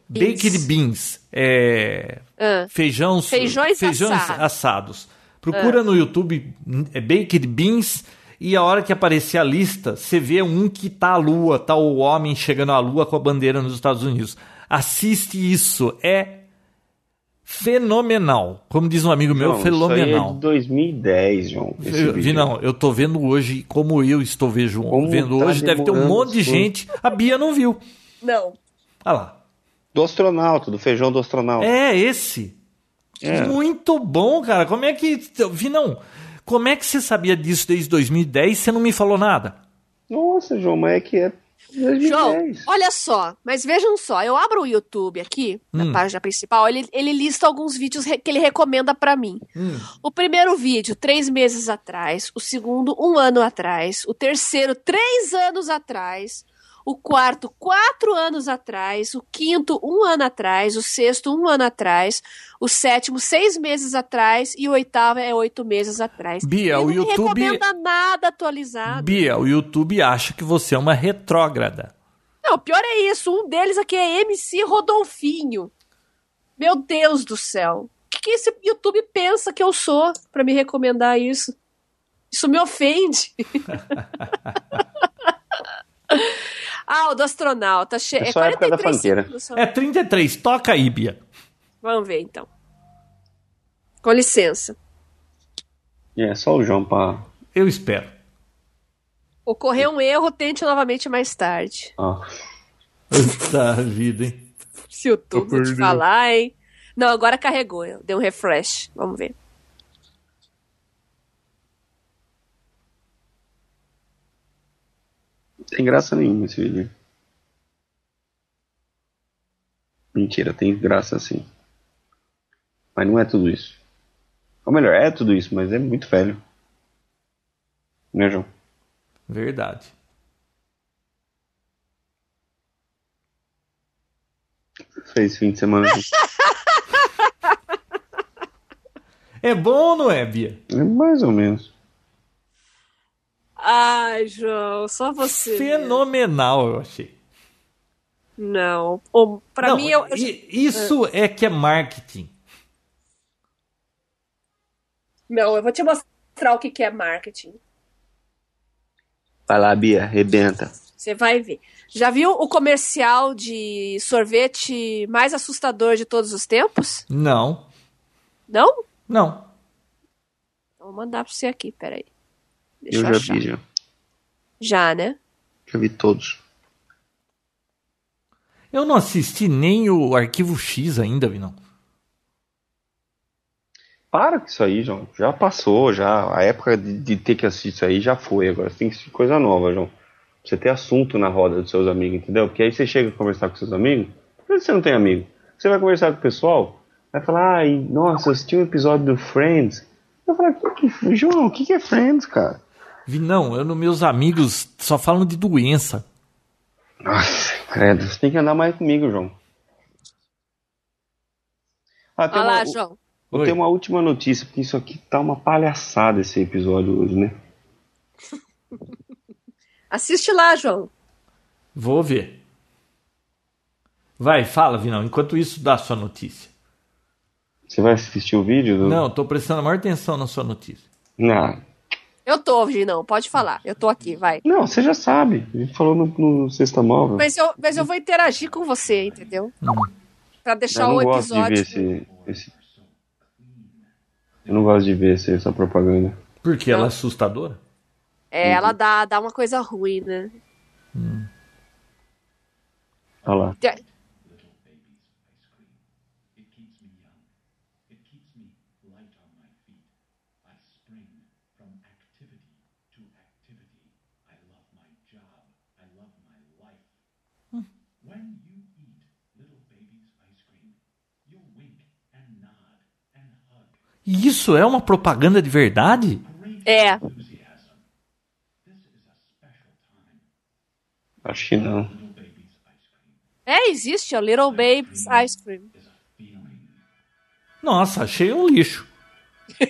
S3: Baked Beans. É,
S1: Ah,
S3: feijão,
S1: Feijões assados. Ah.
S3: assados. Procura no YouTube é Baked Beans e a hora que aparecer a lista, você vê um que tá à lua, tá o homem chegando à lua com a bandeira nos Estados Unidos. Assiste isso, é fenomenal. Como diz um amigo meu,
S2: Não, Isso aí é
S3: fenomenal.
S2: de 2010, João. esse
S3: Eu, vi,
S2: vídeo.
S3: não, eu tô vendo hoje, como eu estou vejo,
S2: Como
S3: vendo
S2: tá
S3: hoje, deve ter um
S2: demorando
S3: monte de
S2: as coisas.
S3: gente. A Bia não viu.
S1: não.
S3: Olha lá.
S2: Do astronauta, do feijão do astronauta.
S3: É esse.
S2: É.
S3: Muito bom, cara. Como é que. Vinão, como é que você sabia disso desde 2010 e você não me falou nada?
S2: Nossa, João, mas é que é
S1: João,
S2: 2010.
S1: olha só, mas vejam só, eu abro o YouTube aqui,
S3: Hum.
S1: na página principal, ele, ele lista alguns vídeos re- que ele recomenda pra mim.
S3: Hum.
S1: O primeiro vídeo, três meses atrás. O segundo, um ano atrás. O terceiro, três anos atrás. O quarto, quatro anos atrás. O quinto, um ano atrás. O sexto, um ano atrás. O sétimo, seis meses atrás. E o oitavo é oito meses atrás.
S3: Bia, o
S1: Ele não
S3: YouTube-
S1: recomenda nada atualizado.
S3: Bia, o YouTube acha que você é uma retrógrada.
S1: Não, o pior é isso. Um deles aqui é MC Rodolfinho. Meu Deus do céu. O que, que esse YouTube pensa que eu sou pra me recomendar isso? Isso me ofende. ah, o do astronauta. Che...
S2: É só a época da
S1: 43
S2: fronteira.
S1: segundos só.
S3: É 33, toca aí, Bia.
S1: Vamos ver então. Com licença.
S2: É, só o João pra.
S3: Eu espero.
S1: Ocorreu um erro, tente novamente mais tarde.
S2: ó.
S3: Puta vida, hein?
S1: Se o YouTube te
S3: perdendo.
S1: falar, hein? Não, agora carregou. Deu um refresh. Vamos ver.
S2: Tem graça nenhuma esse vídeo. Mentira, tem graça sim. Mas não é tudo isso. Ou melhor, é tudo isso, mas é muito velho. Né, João?
S3: Verdade.
S2: Fez fim de semana.
S3: É bom ou não é, Bia?
S2: é mais ou menos.
S1: Ai, João, só você. mesmo.
S3: Fenomenal, eu achei.
S1: Não. Ou, pra
S3: Não,
S1: mim, eu. eu-
S3: i- Isso é que é marketing.
S1: Não, eu vou te mostrar o que, que é marketing.
S2: Vai lá, Bia, arrebenta.
S1: Você vai ver. Já viu o comercial de sorvete mais assustador de todos os tempos?
S3: Não.
S1: Não? Então,
S3: Não.
S1: Vou mandar pra você aqui, peraí. Deixa
S2: Eu
S1: eu,
S2: já
S1: achar.
S2: vi, já.
S1: Já, né?
S2: Já vi todos.
S3: Eu não assisti nem o Arquivo X ainda, Vinão.
S2: Para com isso aí, João. Já passou, já. A época de, de ter que assistir isso aí já foi. Agora você tem que assistir coisa nova, João. Pra Você ter assunto na roda dos seus amigos, entendeu? Porque aí você chega a conversar com seus amigos, mas você não tem amigo. Você vai conversar com o pessoal, vai falar, ai, nossa, eu assisti um episódio do Friends. Eu falo, que, que, João, o que, que é Friends, cara?
S3: Vinão, eu nos meus amigos só falam de doença.
S2: Nossa, credo, você tem que andar mais comigo, João. Ah, tem
S1: Olha lá,
S2: uma-
S1: João.
S2: Eu
S3: Oi.
S2: tenho uma última notícia, porque isso aqui tá uma palhaçada esse episódio hoje, né?
S1: Assiste lá, João.
S3: Vou ver. Vai, fala, Vinão. Enquanto isso, dá a sua notícia.
S2: Você vai assistir o vídeo do.
S3: Não, tô prestando a maior atenção na sua notícia.
S2: Não,
S1: Eu tô ouvindo, não. Pode falar. Eu tô aqui, vai.
S2: Não, você já sabe. A gente falou no, no Sexta Móvel.
S1: Mas eu, mas eu vou interagir com você, entendeu? Pra
S2: eu
S1: deixar
S2: não
S1: o
S2: gosto de ver
S1: episódio.
S2: esse, esse- Eu não gosto de ver esse- essa propaganda.
S3: Porque ela é assustadora?
S1: É, ela dá, dá uma coisa ruim, né?
S2: Olha lá.
S1: Te-
S3: E Isso é uma propaganda de verdade?
S1: É,
S2: Acho que não.
S1: é, existe, é o Little Baby's Ice Cream.
S3: Nossa, achei um lixo.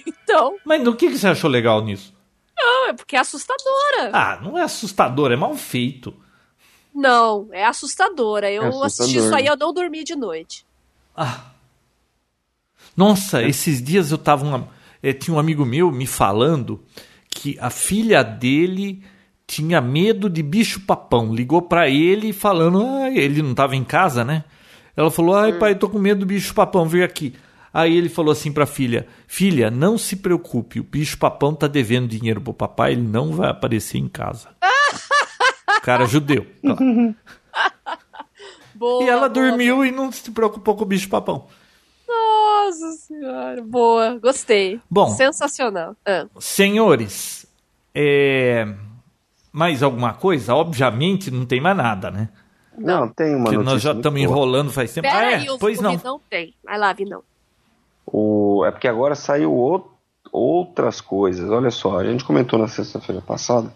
S1: Então,
S3: Mas do que, que você achou legal nisso?
S1: não, é porque é assustadora.
S3: Ah, não é assustador, é mal feito.
S1: Não, é assustadora. Eu
S2: É assustador.
S1: assisti isso aí, eu não dormi de noite.
S3: Ah. Nossa,
S1: É.
S3: esses dias eu tava uma, eh, tinha um amigo meu me falando que a filha dele tinha medo de bicho papão. Ligou pra ele falando, ah, ele não tava em casa, né? Ela falou:
S1: Hum.
S3: "Ai, pai, tô com medo do bicho papão, vem aqui". Aí ele falou assim pra filha: "Filha, não se preocupe, o bicho papão tá devendo dinheiro pro papai, ele não vai aparecer em casa". Cara judeu. claro.
S1: Boa,
S3: E
S1: boa,
S3: ela dormiu e não se preocupou com o bicho papão.
S1: Nossa senhora, boa, gostei.
S3: Bom.
S1: Sensacional. Ah,
S3: Senhores, é, mais alguma coisa? Obviamente não tem mais nada, né?
S2: Não, tem uma
S3: Porque
S2: notícia.
S3: nós já
S2: muito
S3: estamos
S2: boa.
S3: enrolando faz tempo.
S1: pera
S3: ah, é,
S1: aí, o,
S3: pois
S1: o
S3: não.
S1: Vinão tem. Vai lá, Vinão.
S2: O- é porque agora saiu ou- outras coisas. Olha só, a gente comentou na sexta-feira passada,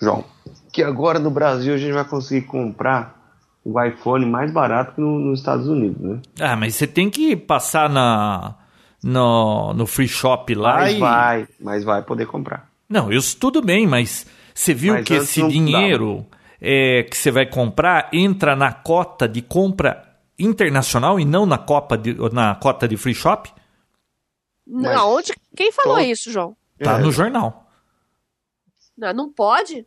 S2: João, que agora no Brasil a gente vai conseguir comprar o iPhone mais barato que no- nos Estados Unidos, né?
S1: um-
S3: Ah, mas você tem que passar na no, no free shop lá
S2: Mas
S3: e
S2: vai, mas vai poder comprar.
S3: não, isso tudo bem, mas você viu
S2: Mas
S3: que
S2: antes
S3: esse
S2: não
S3: dinheiro é, que você vai comprar entra na cota de compra internacional e não na copa de, na cota de free shop?
S1: Não,
S2: Mas-
S1: onde? Quem falou
S2: Tô-
S1: isso, João?
S3: Tá
S2: É.
S3: no jornal.
S1: Não, não pode?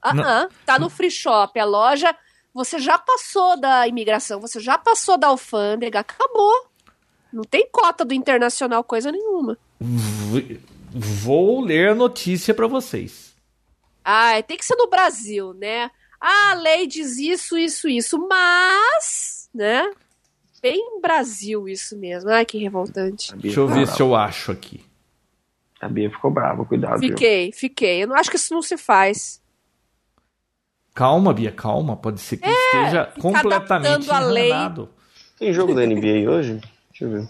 S1: Ah,
S3: Não.
S1: ah, tá no free shop, a loja. Você já passou da imigração, você já passou da alfândega, acabou. Não tem cota do internacional, coisa nenhuma.
S3: V- Vou ler a notícia para vocês.
S1: Ah, tem que ser no Brasil, né? Ah, a lei diz isso, isso, isso, mas, né? Bem Brasil isso mesmo. Ai, que revoltante.
S2: A Bia
S3: Deixa eu
S2: ficou
S3: ver
S2: brava.
S3: se eu acho aqui.
S2: A Bia ficou brava, cuidado. viu?
S1: Fiquei, fiquei. Eu não acho que isso não se faz.
S3: Calma, Bia, calma. Pode ser que esteja completamente
S1: É, adaptando a lei.
S3: enganado.
S2: Tem jogo da NBA hoje? Deixa eu ver.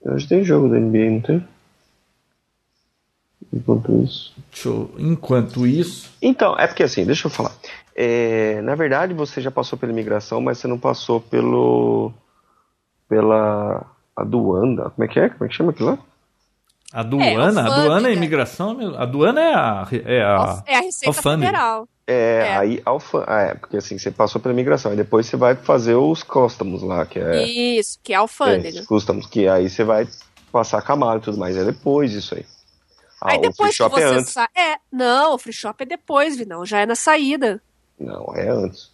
S2: Hoje tem jogo da NBA, não tem? Enquanto isso.
S3: Deixa eu- Enquanto isso.
S2: Então, é porque assim, deixa eu falar. É, na verdade, você já passou pela imigração, mas você não passou pelo. pela. aduanda. Como é que é? Como é que chama aquilo lá?
S3: A aduana, a aduana é
S1: alfândega.
S3: imigração, meu- a aduana é a, é a
S1: É a Receita
S3: alfândega.
S1: Federal.
S2: É, aí alfa, ah, é, porque assim, você passou pela imigração, e depois você vai fazer os customs lá, que é.
S1: Isso, que é
S2: é,
S1: alfândega.
S2: os customs, que aí você vai passar camada e tudo mais, é depois disso aí. Ah,
S1: Aí
S2: o free
S1: depois que
S2: shop
S1: você
S2: é antes.
S1: sai. É, não, o free shop é depois, Vinão. Já é na saída.
S2: Não, é antes.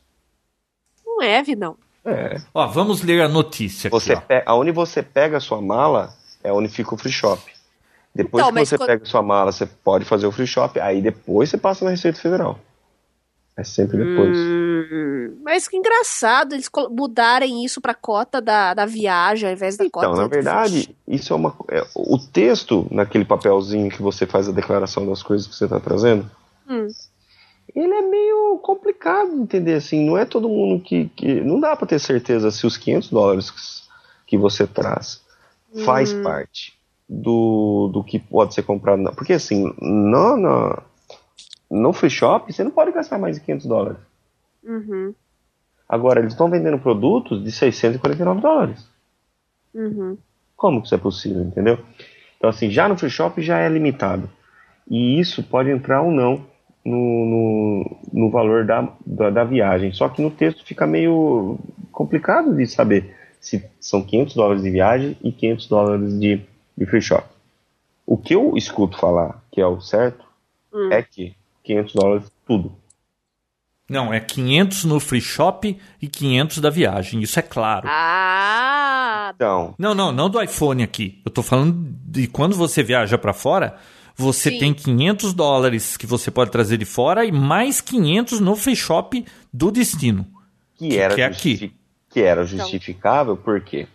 S1: Não é, Vinão.
S2: É.
S3: Ó, vamos ler a notícia aqui.
S2: Você
S3: ó.
S2: pe... Aonde você pega a sua mala é onde fica o free shop. Depois
S1: Então,
S2: que
S1: mas
S2: você
S1: quando-
S2: pega a sua mala, você pode fazer o free shop, aí depois você passa na Receita Federal. É sempre depois.
S1: Hum, mas que engraçado eles colo- mudarem isso pra cota da, da viagem ao invés da cota.
S2: Então, na
S1: do free
S2: verdade, isso é uma. é, o texto, naquele papelzinho que você faz a declaração das coisas que você está trazendo,
S1: Hum.
S2: ele é meio complicado de entender. Assim, não é todo mundo que. que- não dá para ter certeza se os 500 dólares que, s- que você traz faz
S1: Hum.
S2: parte do, do que pode ser comprado. na- Porque, assim, no, no, no free shop, você não pode gastar mais de 500 dólares.
S1: Uhum,
S2: Agora, eles estão vendendo produtos de 649 dólares.
S1: uhum.
S2: Como que isso é possível, entendeu? Então, assim, já no free shop já é limitado. E isso pode entrar ou não no, no, no valor da, da, da viagem. Só que no texto fica meio complicado de saber se são 500 dólares de viagem e 500 dólares de, de free shop. O que eu escuto falar que é o certo
S1: Hum.
S2: é que 500 dólares tudo.
S3: Não, é 500 no free shop e 500 da viagem, isso é claro.
S1: Ah,
S2: Então,
S3: Não, não, não do iPhone aqui. Eu tô falando de quando você viaja pra fora, você
S1: Sim.
S3: tem 500 dólares que você pode trazer de fora e mais 500 no free shop do destino.
S2: que era,
S3: que é aqui.
S2: justifi- que era justificável, por quê?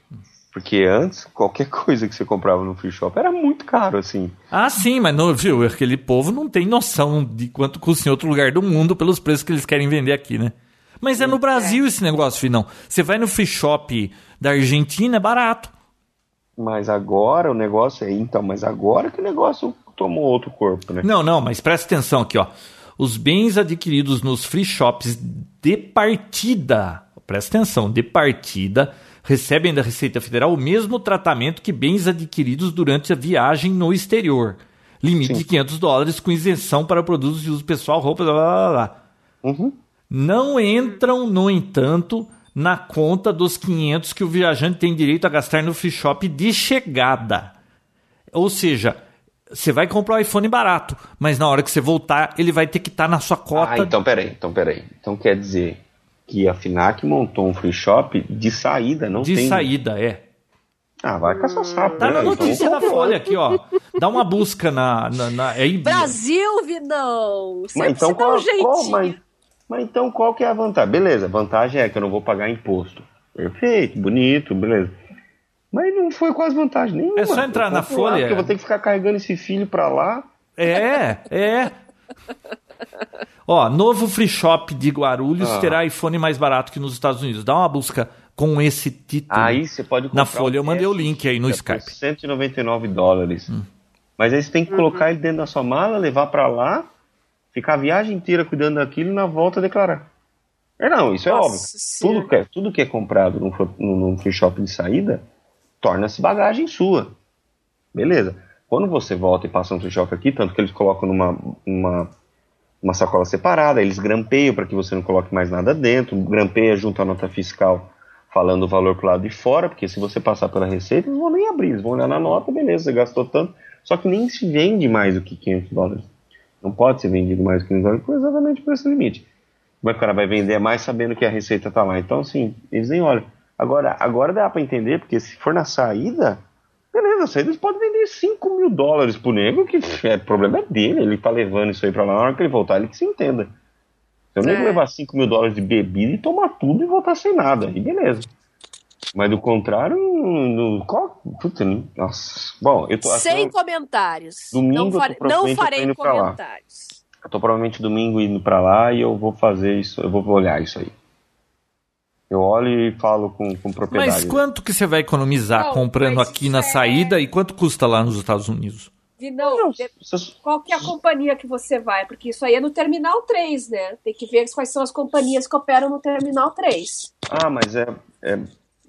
S2: Porque antes, qualquer coisa que você comprava no free shop era muito caro, assim.
S3: Ah, sim, mas não, viu? Aquele povo não tem noção de quanto custa em outro lugar do mundo pelos preços que eles querem vender aqui, né? Mas é no Brasil esse negócio, Finão. Você vai no free shop da Argentina, é barato.
S2: Mas agora o negócio é. Então, mas agora que o negócio tomou outro corpo, né?
S3: Não, não, mas presta atenção aqui, ó. Os bens adquiridos nos free shops de partida, presta atenção, de partida, recebem da Receita Federal o mesmo tratamento que bens adquiridos durante a viagem no exterior. Limite de 500 dólares com isenção para produtos de uso pessoal, roupas, blá, blá, blá, blá.
S2: Uhum.
S3: Não entram, no entanto, na conta dos 500 que o viajante tem direito a gastar no free shop de chegada. Ou seja, você vai comprar o iPhone barato, mas na hora que você voltar, ele vai ter que estar na sua cota.
S2: Ah, então peraí, então peraí. Então quer dizer que a FINAC montou um free shop de saída, não
S3: de
S2: tem.
S3: saída, é.
S2: Ah, vai caçar sapo.
S3: Tá
S2: né?
S3: na notícia
S2: Então-
S3: da Folha aqui, ó. Dá uma busca na. na, na é IBIA.
S1: Brasil, Vinão! Sempre
S2: Mas
S1: se dá
S2: então,
S1: um
S2: qual,
S1: jeitinho.
S2: qual- mas, mas então qual que é a vantagem? Beleza, a vantagem é que eu não vou pagar imposto. Perfeito, bonito, beleza. Mas não foi quase vantagem nenhuma.
S3: É só entrar
S2: Eu
S3: na
S2: compro lá,
S3: Folha.
S2: porque Eu vou ter que ficar carregando esse filho pra lá.
S3: É, é. Ó, novo free shop de Guarulhos
S2: Ah.
S3: terá iPhone mais barato que nos Estados Unidos. Dá uma busca com esse título.
S2: Aí você pode comprar. um
S3: Na Folha, eu mandei o
S2: teste é
S3: link aí no
S2: por
S3: Skype. Hum.
S2: 199 dólares. Mas aí você tem que colocar ele dentro da sua mala, levar pra lá, ficar a viagem inteira cuidando daquilo e na volta declarar. É não, isso
S1: Nossa
S2: é óbvio.
S1: Senhora.
S2: Tudo que, é, tudo que é comprado num, fro- num, num free shop de saída torna-se bagagem sua. Beleza. Quando você volta e passa um free shop aqui, tanto que eles colocam numa uma, uma sacola separada, eles grampeiam para que você não coloque mais nada dentro, grampeia junto à nota fiscal falando o valor pro lado de fora, porque se você passar pela receita, eles não vão nem abrir, eles vão olhar na nota, beleza, você gastou tanto, só que nem se vende mais do que 500 dólares. Não pode ser vendido mais do que 500 dólares, por- exatamente por esse limite. Como é que o cara vai vender mais sabendo que a receita tá lá? Então, assim, eles nem olham. Agora, agora dá para entender, porque se for na saída, beleza, a saída eles podem vender 5 mil dólares pro nego, que é, o problema é dele, ele tá levando isso aí pra lá, na hora que ele voltar, ele que se entenda. Se o nego
S1: É.
S2: levar 5 mil dólares de bebida e tomar tudo e voltar sem nada, aí beleza. Mas do contrário, no, qual, puta, não- nossa. Bom, eu tô
S1: Sem
S2: achando-
S1: comentários.
S2: Domingo
S1: não,
S2: eu tô
S1: fare-
S2: provavelmente
S1: não
S2: eu tô
S1: farei
S2: indo pra lá.
S1: comentários.
S2: eu tô provavelmente domingo indo pra lá e eu vou fazer isso, eu vou olhar isso aí. Eu olho e falo com, com propriedade.
S3: Mas quanto que você vai economizar
S1: Não,
S3: comprando
S1: mas
S3: aqui na
S1: é-
S3: saída e quanto custa lá nos Estados Unidos?
S1: Vinão,
S2: Não,
S1: de-
S2: se-
S1: qual que é a companhia que você vai? Porque isso aí é no Terminal 3, né? Tem que ver quais são as companhias que operam no Terminal 3.
S2: ah, mas é, é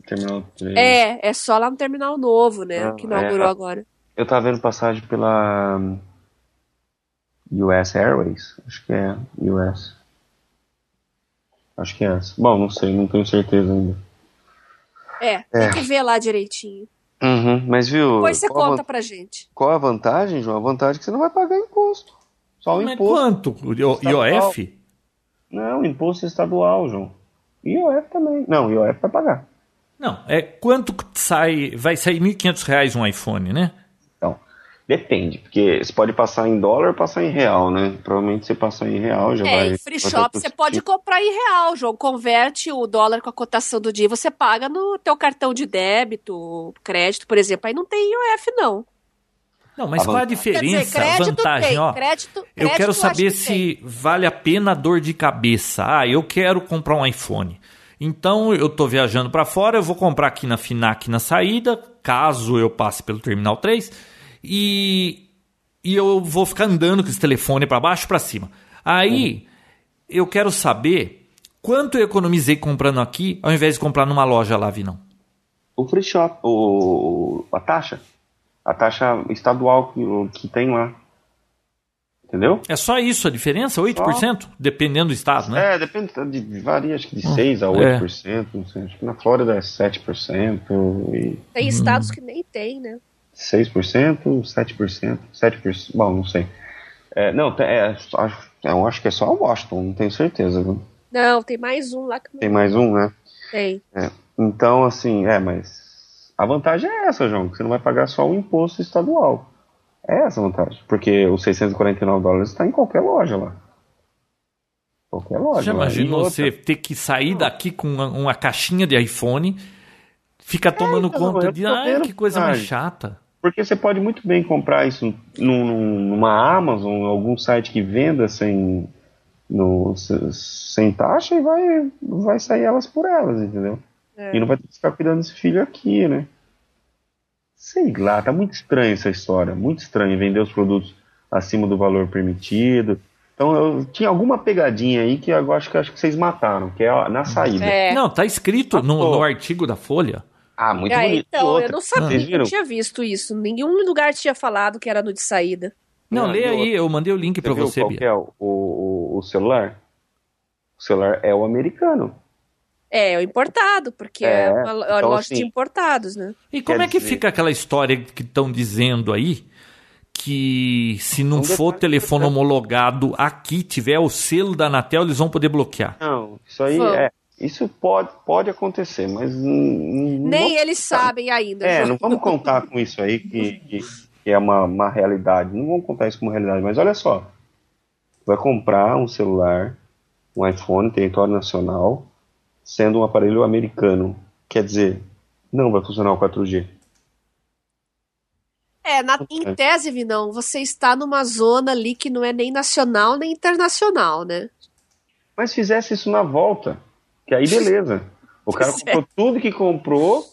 S2: terminal 3.
S1: É, é só lá no Terminal Novo, né?
S2: Ah,
S1: que inaugurou
S2: é.
S1: agora.
S2: Eu tava vendo passagem pela hum, US Airways, acho que é US. Acho que é essa. Bom, não sei, não tenho certeza ainda.
S1: É, tem que ver lá direitinho.
S2: Uhum, mas viu.
S1: Depois você
S2: qual a
S1: conta
S2: van-
S1: pra gente.
S2: Qual a vantagem, João? A vantagem é que você não vai pagar imposto. Só o
S3: Mas
S2: imposto.
S3: quanto? O I- IOF?
S2: Não, imposto estadual, João. IOF também. Não, IOF vai pagar.
S3: Não, é quanto que sai. Vai sair R$ 1.500 reais um iPhone, né?
S2: Então, depende, porque você pode passar em dólar ou passar em real, né? Provavelmente você passar em real já
S1: É,
S2: vai. tipo.
S1: em free
S2: vai
S1: shop
S2: dar
S1: você
S2: tudo
S1: pode
S2: certinho.
S1: comprar em real, João. Converte o dólar com a cotação do dia, e você paga no teu cartão de débito, crédito, por exemplo. Aí não tem IOF, não.
S3: Não, mas
S2: A
S3: qual a
S1: Quer dizer,
S3: diferença, a
S1: crédito
S3: vantagem?
S1: tem.
S3: Ó,
S1: crédito,
S3: eu
S1: crédito
S3: quero
S1: acho
S3: saber
S1: que tem.
S3: se vale a pena a dor de cabeça. Ah, eu quero comprar um iPhone. Então eu estou viajando para fora, eu vou comprar aqui na Finac na saída, caso eu passe pelo Terminal 3, e, e eu vou ficar andando com esse telefone para baixo e para cima. Aí
S1: Uhum.
S3: eu quero saber quanto eu economizei comprando aqui ao invés de comprar numa loja lá, Vinão.
S2: O free shop, o, a taxa. A taxa estadual que, que tem lá. Entendeu?
S3: É só isso a diferença? 8%? Dependendo do estado, né?
S2: É, depende, de, varia acho que de 6 a 8%, não sei, acho que na Flórida é 7% e
S1: Tem
S2: Hum.
S1: estados que nem tem, né?
S2: 6%, 7%, 7%, bom, não sei. É, não, tem- é, acho, eu acho que é só Washington, não tenho certeza. viu?
S1: Não, tem mais um lá que não
S2: Tem mais um, né?
S1: tem.
S2: Então, assim, é, mas a vantagem é essa, João, que você não vai pagar só o imposto estadual. É essa a vantagem, porque os 649 dólares está em qualquer loja lá. Qualquer loja.
S3: Já
S2: lá. E
S3: imaginou
S2: outra-
S3: você ter que sair daqui com uma, uma caixinha de iPhone, ficar tomando
S2: então,
S3: conta
S2: eu
S3: de.
S2: tô
S3: Ai,
S2: vendo,
S3: que coisa mais
S2: cara."
S3: chata.
S2: Porque você pode muito bem comprar isso num- num- numa Amazon, algum site que venda sem, no- se- sem taxa e vai, vai sair elas por elas, entendeu?
S1: É.
S2: E não vai ter que ficar cuidando desse filho aqui, né? Sei lá, tá muito estranha essa história. Muito estranho vender os produtos acima do valor permitido. Então eu tinha alguma pegadinha aí que eu acho que, acho que vocês mataram, que é a- na saída.
S1: É.
S3: Não, tá escrito no,
S2: pô.
S3: no artigo da Folha.
S2: Ah, muito
S1: É,
S2: bonito.
S1: então,
S2: Outra.
S1: eu não sabia,
S2: Vocês
S1: eu não
S2: viram?
S1: tinha visto isso. Nenhum lugar tinha falado que era no de saída.
S3: Não,
S2: Não,
S3: lê
S2: e
S3: aí,
S2: outra.
S3: eu mandei o link pra
S2: É, Você viu
S3: você,
S2: qual
S3: Bia.
S2: que é o, o, o celular? O celular é o americano.
S1: É, o importado, porque é,
S2: É,
S1: uma, é uma
S2: então,
S1: loja de
S2: assim,
S1: importados, né?
S3: E como
S2: Quer
S3: é que
S2: dizer-
S3: fica aquela história que estão dizendo aí que se não
S2: Um
S3: for
S2: detalhe
S3: telefone
S2: importante.
S3: homologado aqui, tiver o selo da Anatel, eles vão poder bloquear.
S2: Não, isso aí
S1: Vamos.
S2: é. Isso pode, pode acontecer, mas. Nem
S1: Nem eles sabem ainda.
S2: tá. É,
S1: João.
S2: não vamos contar com isso aí que, que, que é uma, uma realidade. Não vamos contar isso como realidade, mas olha só. Vai comprar um celular, um iPhone, território nacional, sendo um aparelho americano. Quer dizer, não vai funcionar o 4G.
S1: É, na- em tese, Vinão, você está numa zona ali que não é nem nacional nem internacional, né?
S2: Mas fizesse isso na volta, que aí beleza. O cara
S1: Pois é.
S2: comprou tudo que comprou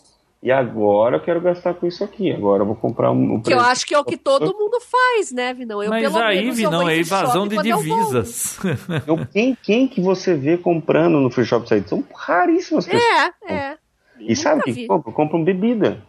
S2: e agora eu quero gastar com isso aqui. Agora eu vou comprar um. um
S1: Que eu
S2: presente.
S1: acho que é o que todo mundo faz, né, Vinão? Eu,
S3: Mas
S1: pelo
S3: aí,
S1: menos, eu vou
S3: Vinão,
S1: em
S3: é
S1: free shop
S3: evasão de
S1: quando eu vou.
S3: divisas.
S2: Então, quem, quem que você vê comprando no free shop site? São raríssimas pessoas.
S1: É, é.
S2: E sabe o
S1: Nunca
S2: que
S1: vi.
S2: compra? Compra um bebida.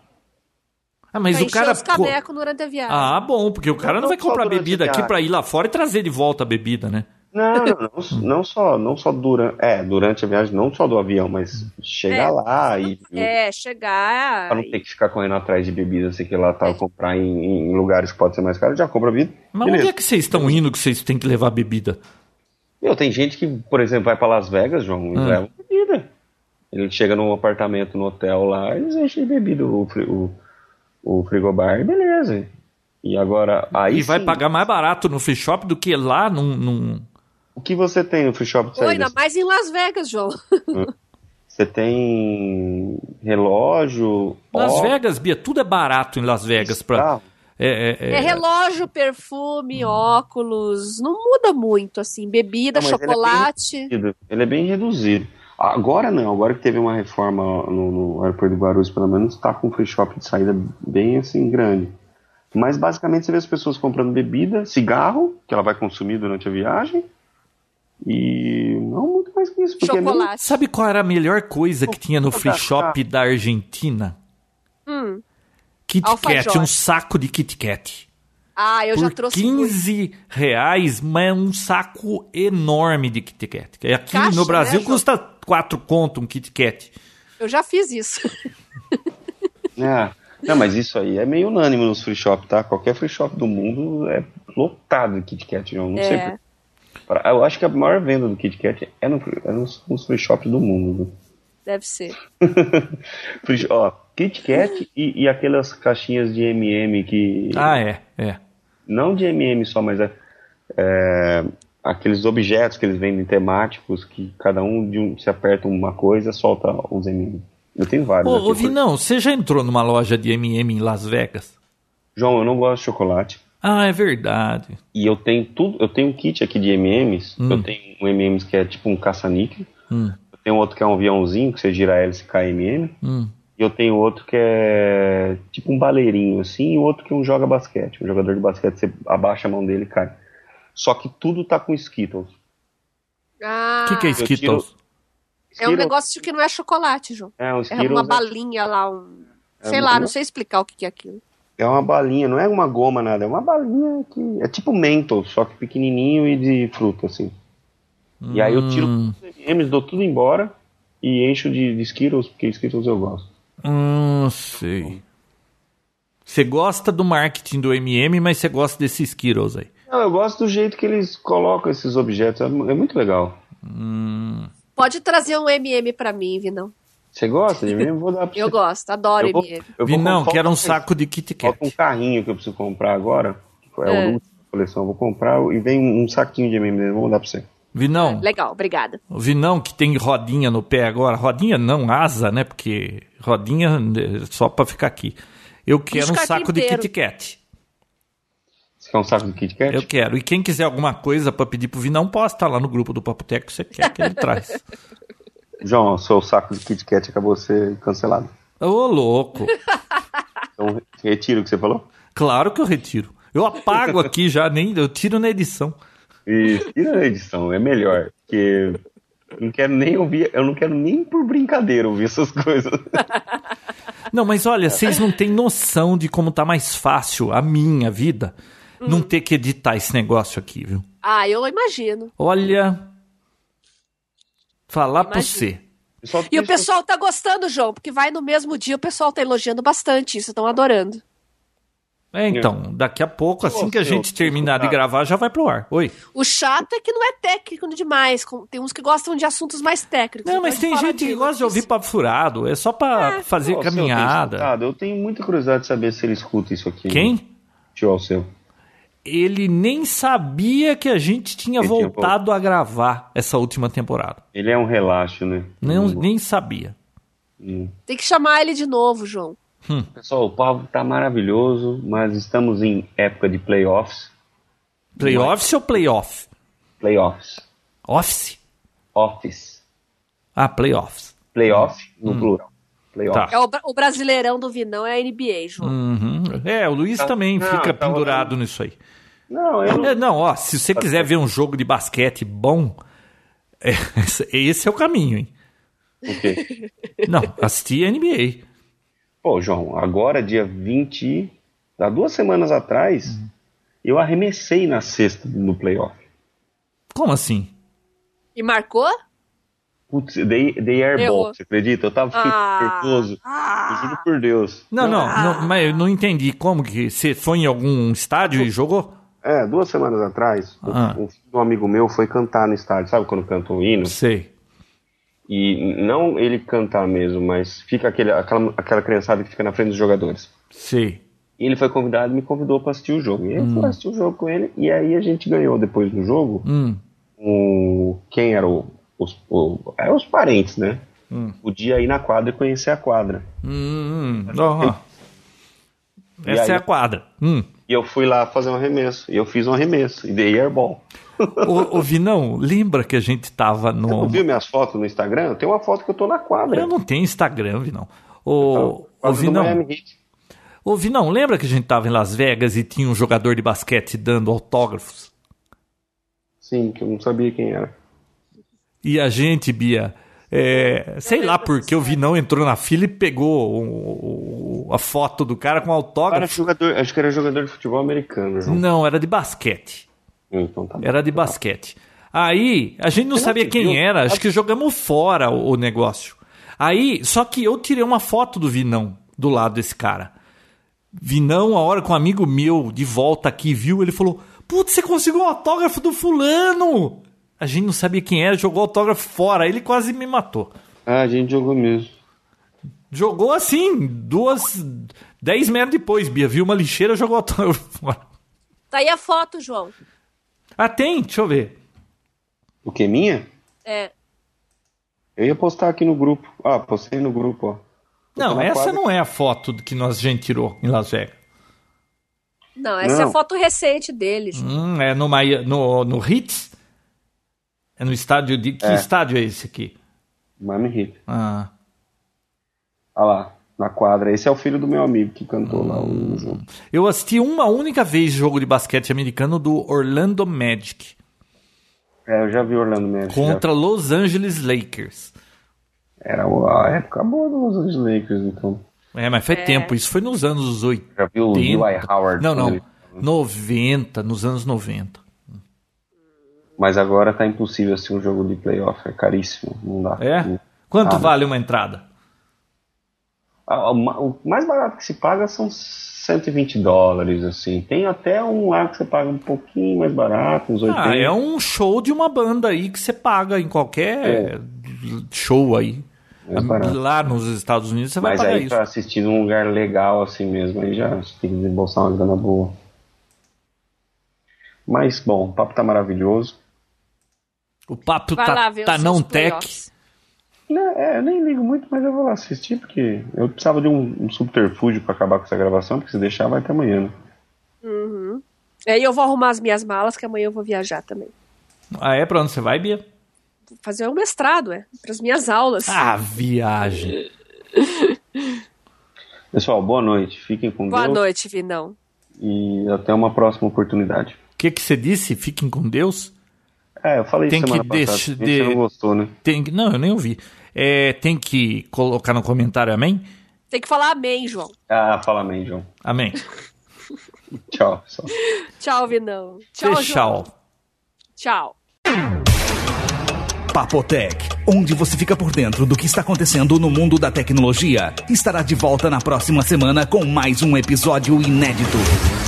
S3: ah, mas
S1: Pra
S3: o
S1: encher
S3: cara.
S1: os cabecos durante a viagem.
S3: Ah, bom, porque o cara não vai
S2: Não só
S3: comprar
S2: durante
S3: bebida
S2: a
S3: aqui
S2: viagem.
S3: pra ir lá fora e trazer de volta a bebida, né?
S2: Não, não, não, não só, não só durante, é, durante a viagem, não só do avião, mas chegar
S1: É,
S2: lá e
S1: É, chegar.
S2: pra não ter que ficar correndo atrás de bebida, sei que lá
S1: É.
S2: tá, comprar em, em lugares que pode ser mais caro, já compra bebida.
S3: Mas
S2: Beleza.
S3: onde é que vocês estão indo que vocês têm que levar bebida?
S2: Meu, tem gente que, por exemplo, vai pra Las Vegas, João, e
S3: Hum.
S2: leva bebida. Ele chega num apartamento, no hotel lá, eles enchem de bebida o, fri- o, o frigobar, e beleza. E agora, aí
S3: e vai
S2: sim,
S3: pagar mais barato no free shop do que lá num. num-
S2: o que você tem no free shop? de
S1: Foi,
S2: saída?
S1: ainda mais em Las Vegas, João.
S2: Você tem relógio,
S3: Las
S2: ó-
S3: Vegas, Bia, tudo é barato em Las Vegas. Pra...
S2: Ah,
S3: É, é,
S1: É,
S3: é-
S1: relógio, perfume,
S2: Hum.
S1: óculos. Não muda muito, assim. Bebida,
S2: Não, mas ele é bem
S1: chocolate.
S2: Ele é bem reduzido. Agora não, agora que teve uma reforma no, no aeroporto de Guarulhos, pelo menos está com um free shop de saída bem assim grande. Mas basicamente você vê as pessoas comprando bebida, cigarro, que ela vai consumir durante a viagem, e não muito mais que isso. Porque é nem-
S1: chocolate.
S3: Sabe qual era a melhor coisa que tinha no free shop da Argentina?
S1: Hum.
S3: Kit Kat,
S1: Alfajor.
S3: um saco de Kit Kat.
S1: Ah, eu
S3: por
S1: já trouxe
S3: 15 reais, mas é um saco enorme de Kit Kat. É Aqui
S1: Caixa,
S3: no Brasil
S1: né, João?
S3: custa 4 conto um Kit Kat.
S1: Eu já fiz isso.
S2: É. Não, mas isso aí é meio unânime nos free shop, tá? Qualquer free shop do mundo é lotado de Kit Kat, João. Não
S1: É.
S2: sei por... pra- Eu acho que a maior venda do Kit Kat é, no- é nos, nos free shops do mundo. viu?
S1: Deve ser.
S2: Free- Ó, Kit Kat e, e aquelas caixinhas de MM que.
S3: Ah, é, é.
S2: Não de MM só, mas é, é, aqueles objetos que eles vendem temáticos que cada um de um se aperta uma coisa solta os MM. Eu tenho vários.
S3: Pô,
S2: aqui,
S3: ô Vinão, você já entrou numa loja de MM em Las Vegas?
S2: João, eu não gosto de chocolate.
S3: Ah, é verdade.
S2: E eu tenho tudo, eu tenho um kit aqui de MMs. Eu tenho um MMs que é tipo um caça-níquel.
S3: Hum.
S2: Eu tenho outro que é um aviãozinho que você gira a hélice e cai MM.
S3: Hum.
S2: E eu tenho outro que é tipo um baleirinho assim, e outro que é um joga basquete. Um jogador de basquete, você abaixa a mão dele e cai. Só que tudo tá com Skittles.
S1: Ah,
S3: O que, que é
S2: tiro-
S3: Skittles?
S1: é um
S2: Skittles-
S1: negócio que não é chocolate, João.
S2: É, um
S1: É
S2: Skittles
S1: uma
S2: é-
S1: balinha lá, um.
S2: É
S1: sei
S2: uma-
S1: lá, não sei explicar o que que é aquilo.
S2: É uma balinha, não é uma goma nada, é uma balinha que é tipo mento, só que pequenininho e de fruta assim. E aí eu tiro
S3: Hum.
S2: os M&M's, dou tudo embora e encho de, de Skittles, porque Skittles eu gosto.
S3: Hum, sei. Você gosta do marketing do MM, mas você gosta desses Skittles aí.
S2: Não, eu gosto do jeito que eles colocam esses objetos, é, mu- é muito legal.
S1: Pode trazer um MM pra mim, Vinão.
S2: Você gosta de mim? Eu Vou dar pra
S1: Eu
S2: você.
S1: gosto, adoro
S2: Eu vou-
S1: MM.
S2: eu vou
S3: Vinão,
S2: comprar-
S3: quero um saco de Kit Kat.
S2: Falta um carrinho que eu preciso comprar agora, que é, o último da coleção, eu vou comprar e vem um, um saquinho de M&M's, eu vou mandar pra você.
S3: Vinão,
S1: Legal, obrigada.
S3: o Vinão que tem rodinha no pé agora. Rodinha não, asa, né? Porque rodinha é só pra ficar aqui. Eu quero um
S1: ficar aqui
S3: saco de
S1: inteiro.
S3: Kit Kat.
S2: Você quer um saco de Kit Kat?
S3: Eu quero. E quem quiser alguma coisa pra pedir pro Vinão, posta lá no grupo do Papo Teco, você quer que ele traz.
S2: João, seu saco de Kit Kat acabou de ser cancelado.
S3: Ô, louco.
S2: Então, retiro o que você falou?
S3: Claro que eu retiro. Eu apago aqui já, nem eu tiro na edição.
S2: E tira na edição, é melhor. Porque eu não quero nem ouvir, eu não quero nem por brincadeira ouvir essas coisas.
S3: Não, mas olha, vocês não têm noção de como tá mais fácil a minha vida não ter que editar esse negócio aqui, viu?
S1: Ah, eu imagino.
S3: Olha. Falar pra
S1: Imagina.
S3: você.
S2: Pessoal,
S1: E
S2: deixa
S1: o pessoal tá gostando, João, porque vai no mesmo dia, o pessoal tá elogiando bastante isso, estão adorando.
S3: É, então, daqui a pouco, assim que a
S2: Ô, seu
S3: gente terminar de
S2: desculpa.
S3: gravar, já vai pro ar. Oi.
S1: O chato é que não é técnico demais, com- tem uns que gostam de assuntos mais técnicos. Então
S3: Não, mas
S1: Pode
S3: tem
S1: falar
S3: gente
S1: de
S3: que gosta de ouvir
S1: notícia.
S3: papo furado. É só pra fazer
S2: Alceu, tem
S3: caminhada.
S2: escutado? Eu tenho muita curiosidade de saber se ele escuta isso aqui.
S3: Quem?
S2: Tio Alceu.
S3: Ele nem sabia que a gente tinha
S2: Ele tinha
S3: voltado a gravar essa última temporada.
S2: Ele é um relaxo, né?
S3: Não,
S2: Hum,
S3: nem sabia.
S2: hum.
S1: Tem que chamar ele de novo, João.
S2: Pessoal, o pavo tá maravilhoso, mas estamos em época de playoffs.
S3: Playoffs ou playoff?
S2: Playoffs.
S3: Office?
S2: Office.
S3: Ah, playoffs.
S2: Playoff no plural. Playoffs.
S3: Hum. Tá.
S1: É o, bra- o brasileirão do Vinão é a NBA, João.
S3: Uhum. É, o Luiz também
S2: Não,
S3: fica
S2: tá
S3: pendurado nisso aí.
S2: Não, eu
S3: É, não, ó, se você quiser ver um jogo de basquete bom, é, esse é o caminho, hein?
S2: Ok.
S3: Não, assistir a NBA.
S2: Pô, João, agora dia 20. Há duas semanas atrás,
S3: Uhum.
S2: eu arremessei na sexta no playoff.
S3: Como assim?
S1: E marcou?
S2: Putz, dei, dei airball,
S1: Errou.
S2: você acredita? Eu tava fiquei
S1: Ah.
S2: nervoso. Eu juro por Deus.
S3: Não, não, não, mas eu não entendi como que você foi em algum estádio e jogou?
S2: É, duas semanas atrás, um-
S3: Ah.
S2: um, filho de um amigo meu foi cantar no estádio, sabe quando canta o hino?
S3: Sei.
S2: E não ele cantar mesmo, mas fica aquele, aquela, aquela criançada que fica na frente dos jogadores.
S3: Sei.
S2: E ele foi convidado e me convidou pra assistir o jogo. E eu fui assistir o jogo com ele, e aí a gente ganhou depois do jogo.
S3: Hum.
S2: o quem era o, os, o- é, os parentes, né? Podia ir na quadra e conhecer a quadra.
S3: Hum, hum, ó, ó. Essa
S2: aí?
S3: é a quadra. Hum.
S2: E eu fui lá fazer um arremesso. E eu fiz um arremesso. E dei airball.
S3: Ô, ô, Vinão, lembra que a gente tava
S2: Você
S3: no.
S2: não viu minhas fotos no Instagram? Tem uma foto que eu tô na quadra.
S3: Eu não tenho Instagram, Vinão. Ô, ô,
S2: Quadra do
S3: Vinão,
S2: Miami Heat.
S3: ô, Vinão, lembra que a gente tava em Las Vegas e tinha um jogador de basquete dando autógrafos?
S2: Sim, que eu não sabia quem era.
S3: E a gente, Bia, É, sei lá porque o Vinão entrou na fila e pegou o- o- a foto do cara com
S2: Era
S3: autógrafo.
S2: jogador, acho que era jogador de futebol americano, João.
S3: Não, era de basquete.
S2: Então tá bom.
S3: Era de basquete. Aí, a gente não sabia quem
S2: viu?
S3: era, acho que jogamos fora o, o negócio. Aí, só que eu tirei uma foto do Vinão, do lado desse cara. Vinão, a hora que um amigo meu de volta aqui viu, ele falou: Putz, você conseguiu um autógrafo do fulano! A gente não sabia quem era, jogou o autógrafo fora, ele quase me matou.
S2: Ah, a gente jogou mesmo.
S3: Jogou assim, duas. Dez metros depois, Bia, viu uma lixeira, jogou o autógrafo fora.
S1: Tá aí a foto, João.
S3: Ah, tem? Deixa eu ver.
S2: O que, minha?
S1: É.
S2: Eu ia postar aqui no grupo. Ah, postei no grupo, ó.
S3: Não,
S2: na
S3: essa
S2: quadra.
S3: não é a foto que nós gente tirou em Las Vegas.
S1: Não, essa é
S2: Não.
S1: a foto recente dele, João.
S3: Hum, é no, Maia- no, no Hits? É no estádio de. Que
S2: É.
S3: estádio é esse aqui?
S2: Miami Heat.
S3: Ah.
S2: Olha Ah lá, na quadra. Esse é o filho do meu amigo que cantou lá o
S3: Hum.
S2: jogo.
S3: Eu assisti uma única vez jogo de basquete americano do Orlando Magic
S2: É, eu já vi Orlando mesmo.
S3: contra Los Angeles Lakers.
S2: Era a época boa dos Los Angeles Lakers, então.
S3: É, mas faz
S1: É.
S3: tempo. Isso foi nos anos 80.
S2: Já viu o Eli Howard?
S3: Não, não.
S2: Ele-
S3: 90, nos anos 90.
S2: Mas agora tá impossível assim um jogo de playoff. É caríssimo. Não dá.
S3: É? Quanto
S2: Ah,
S3: vale uma entrada?
S2: Ah, O ma- o mais barato que se paga são 120 dólares, assim. Tem até um lá que você paga um pouquinho mais barato, uns 80.
S3: Ah, é um show de uma banda aí que você paga em qualquer show aí.
S2: Mais É. barato.
S3: Lá nos Estados Unidos você vai
S2: Mas
S3: pagar
S2: aí
S3: isso.
S2: pra assistir num lugar legal assim mesmo, aí já tem que desembolsar uma grana boa. Mas bom, o papo tá maravilhoso.
S3: O papo
S1: Vai
S3: tá,
S1: lá ver
S3: tá
S1: os
S3: não
S1: seus
S3: tech.
S1: playoffs.
S2: Né, É, eu nem ligo muito, mas eu vou lá assistir, porque eu precisava de um, um subterfúgio pra acabar com essa gravação, porque se deixar vai até amanhã. né?
S1: Aí É, eu vou arrumar as minhas malas, que amanhã eu vou viajar também.
S3: Ah, é? Pra onde você vai, Bia?
S1: Vou fazer um mestrado, é. Para as minhas aulas.
S3: Ah, viagem.
S2: Pessoal, boa noite, fiquem com
S1: Boa
S2: Deus
S1: noite, Vinão.
S2: e até uma próxima oportunidade.
S3: O que, que você disse? Fiquem com Deus?
S2: É, eu falei
S3: Tem
S2: semana
S3: que
S2: passada,
S3: deix-
S2: a gente
S3: de-
S2: não gostou, né?
S3: Tem que- Não, eu nem ouvi. É, tem que colocar no comentário amém?
S1: Tem que falar amém, João.
S2: Ah, fala amém, João.
S3: Amém.
S2: Tchau, pessoal.
S1: Tchau, Vinão. Tchau, João.
S3: Fechal.
S1: Tchau.
S4: Papotec, onde você fica por dentro do que está acontecendo no mundo da tecnologia, estará de volta na próxima semana com mais um episódio inédito.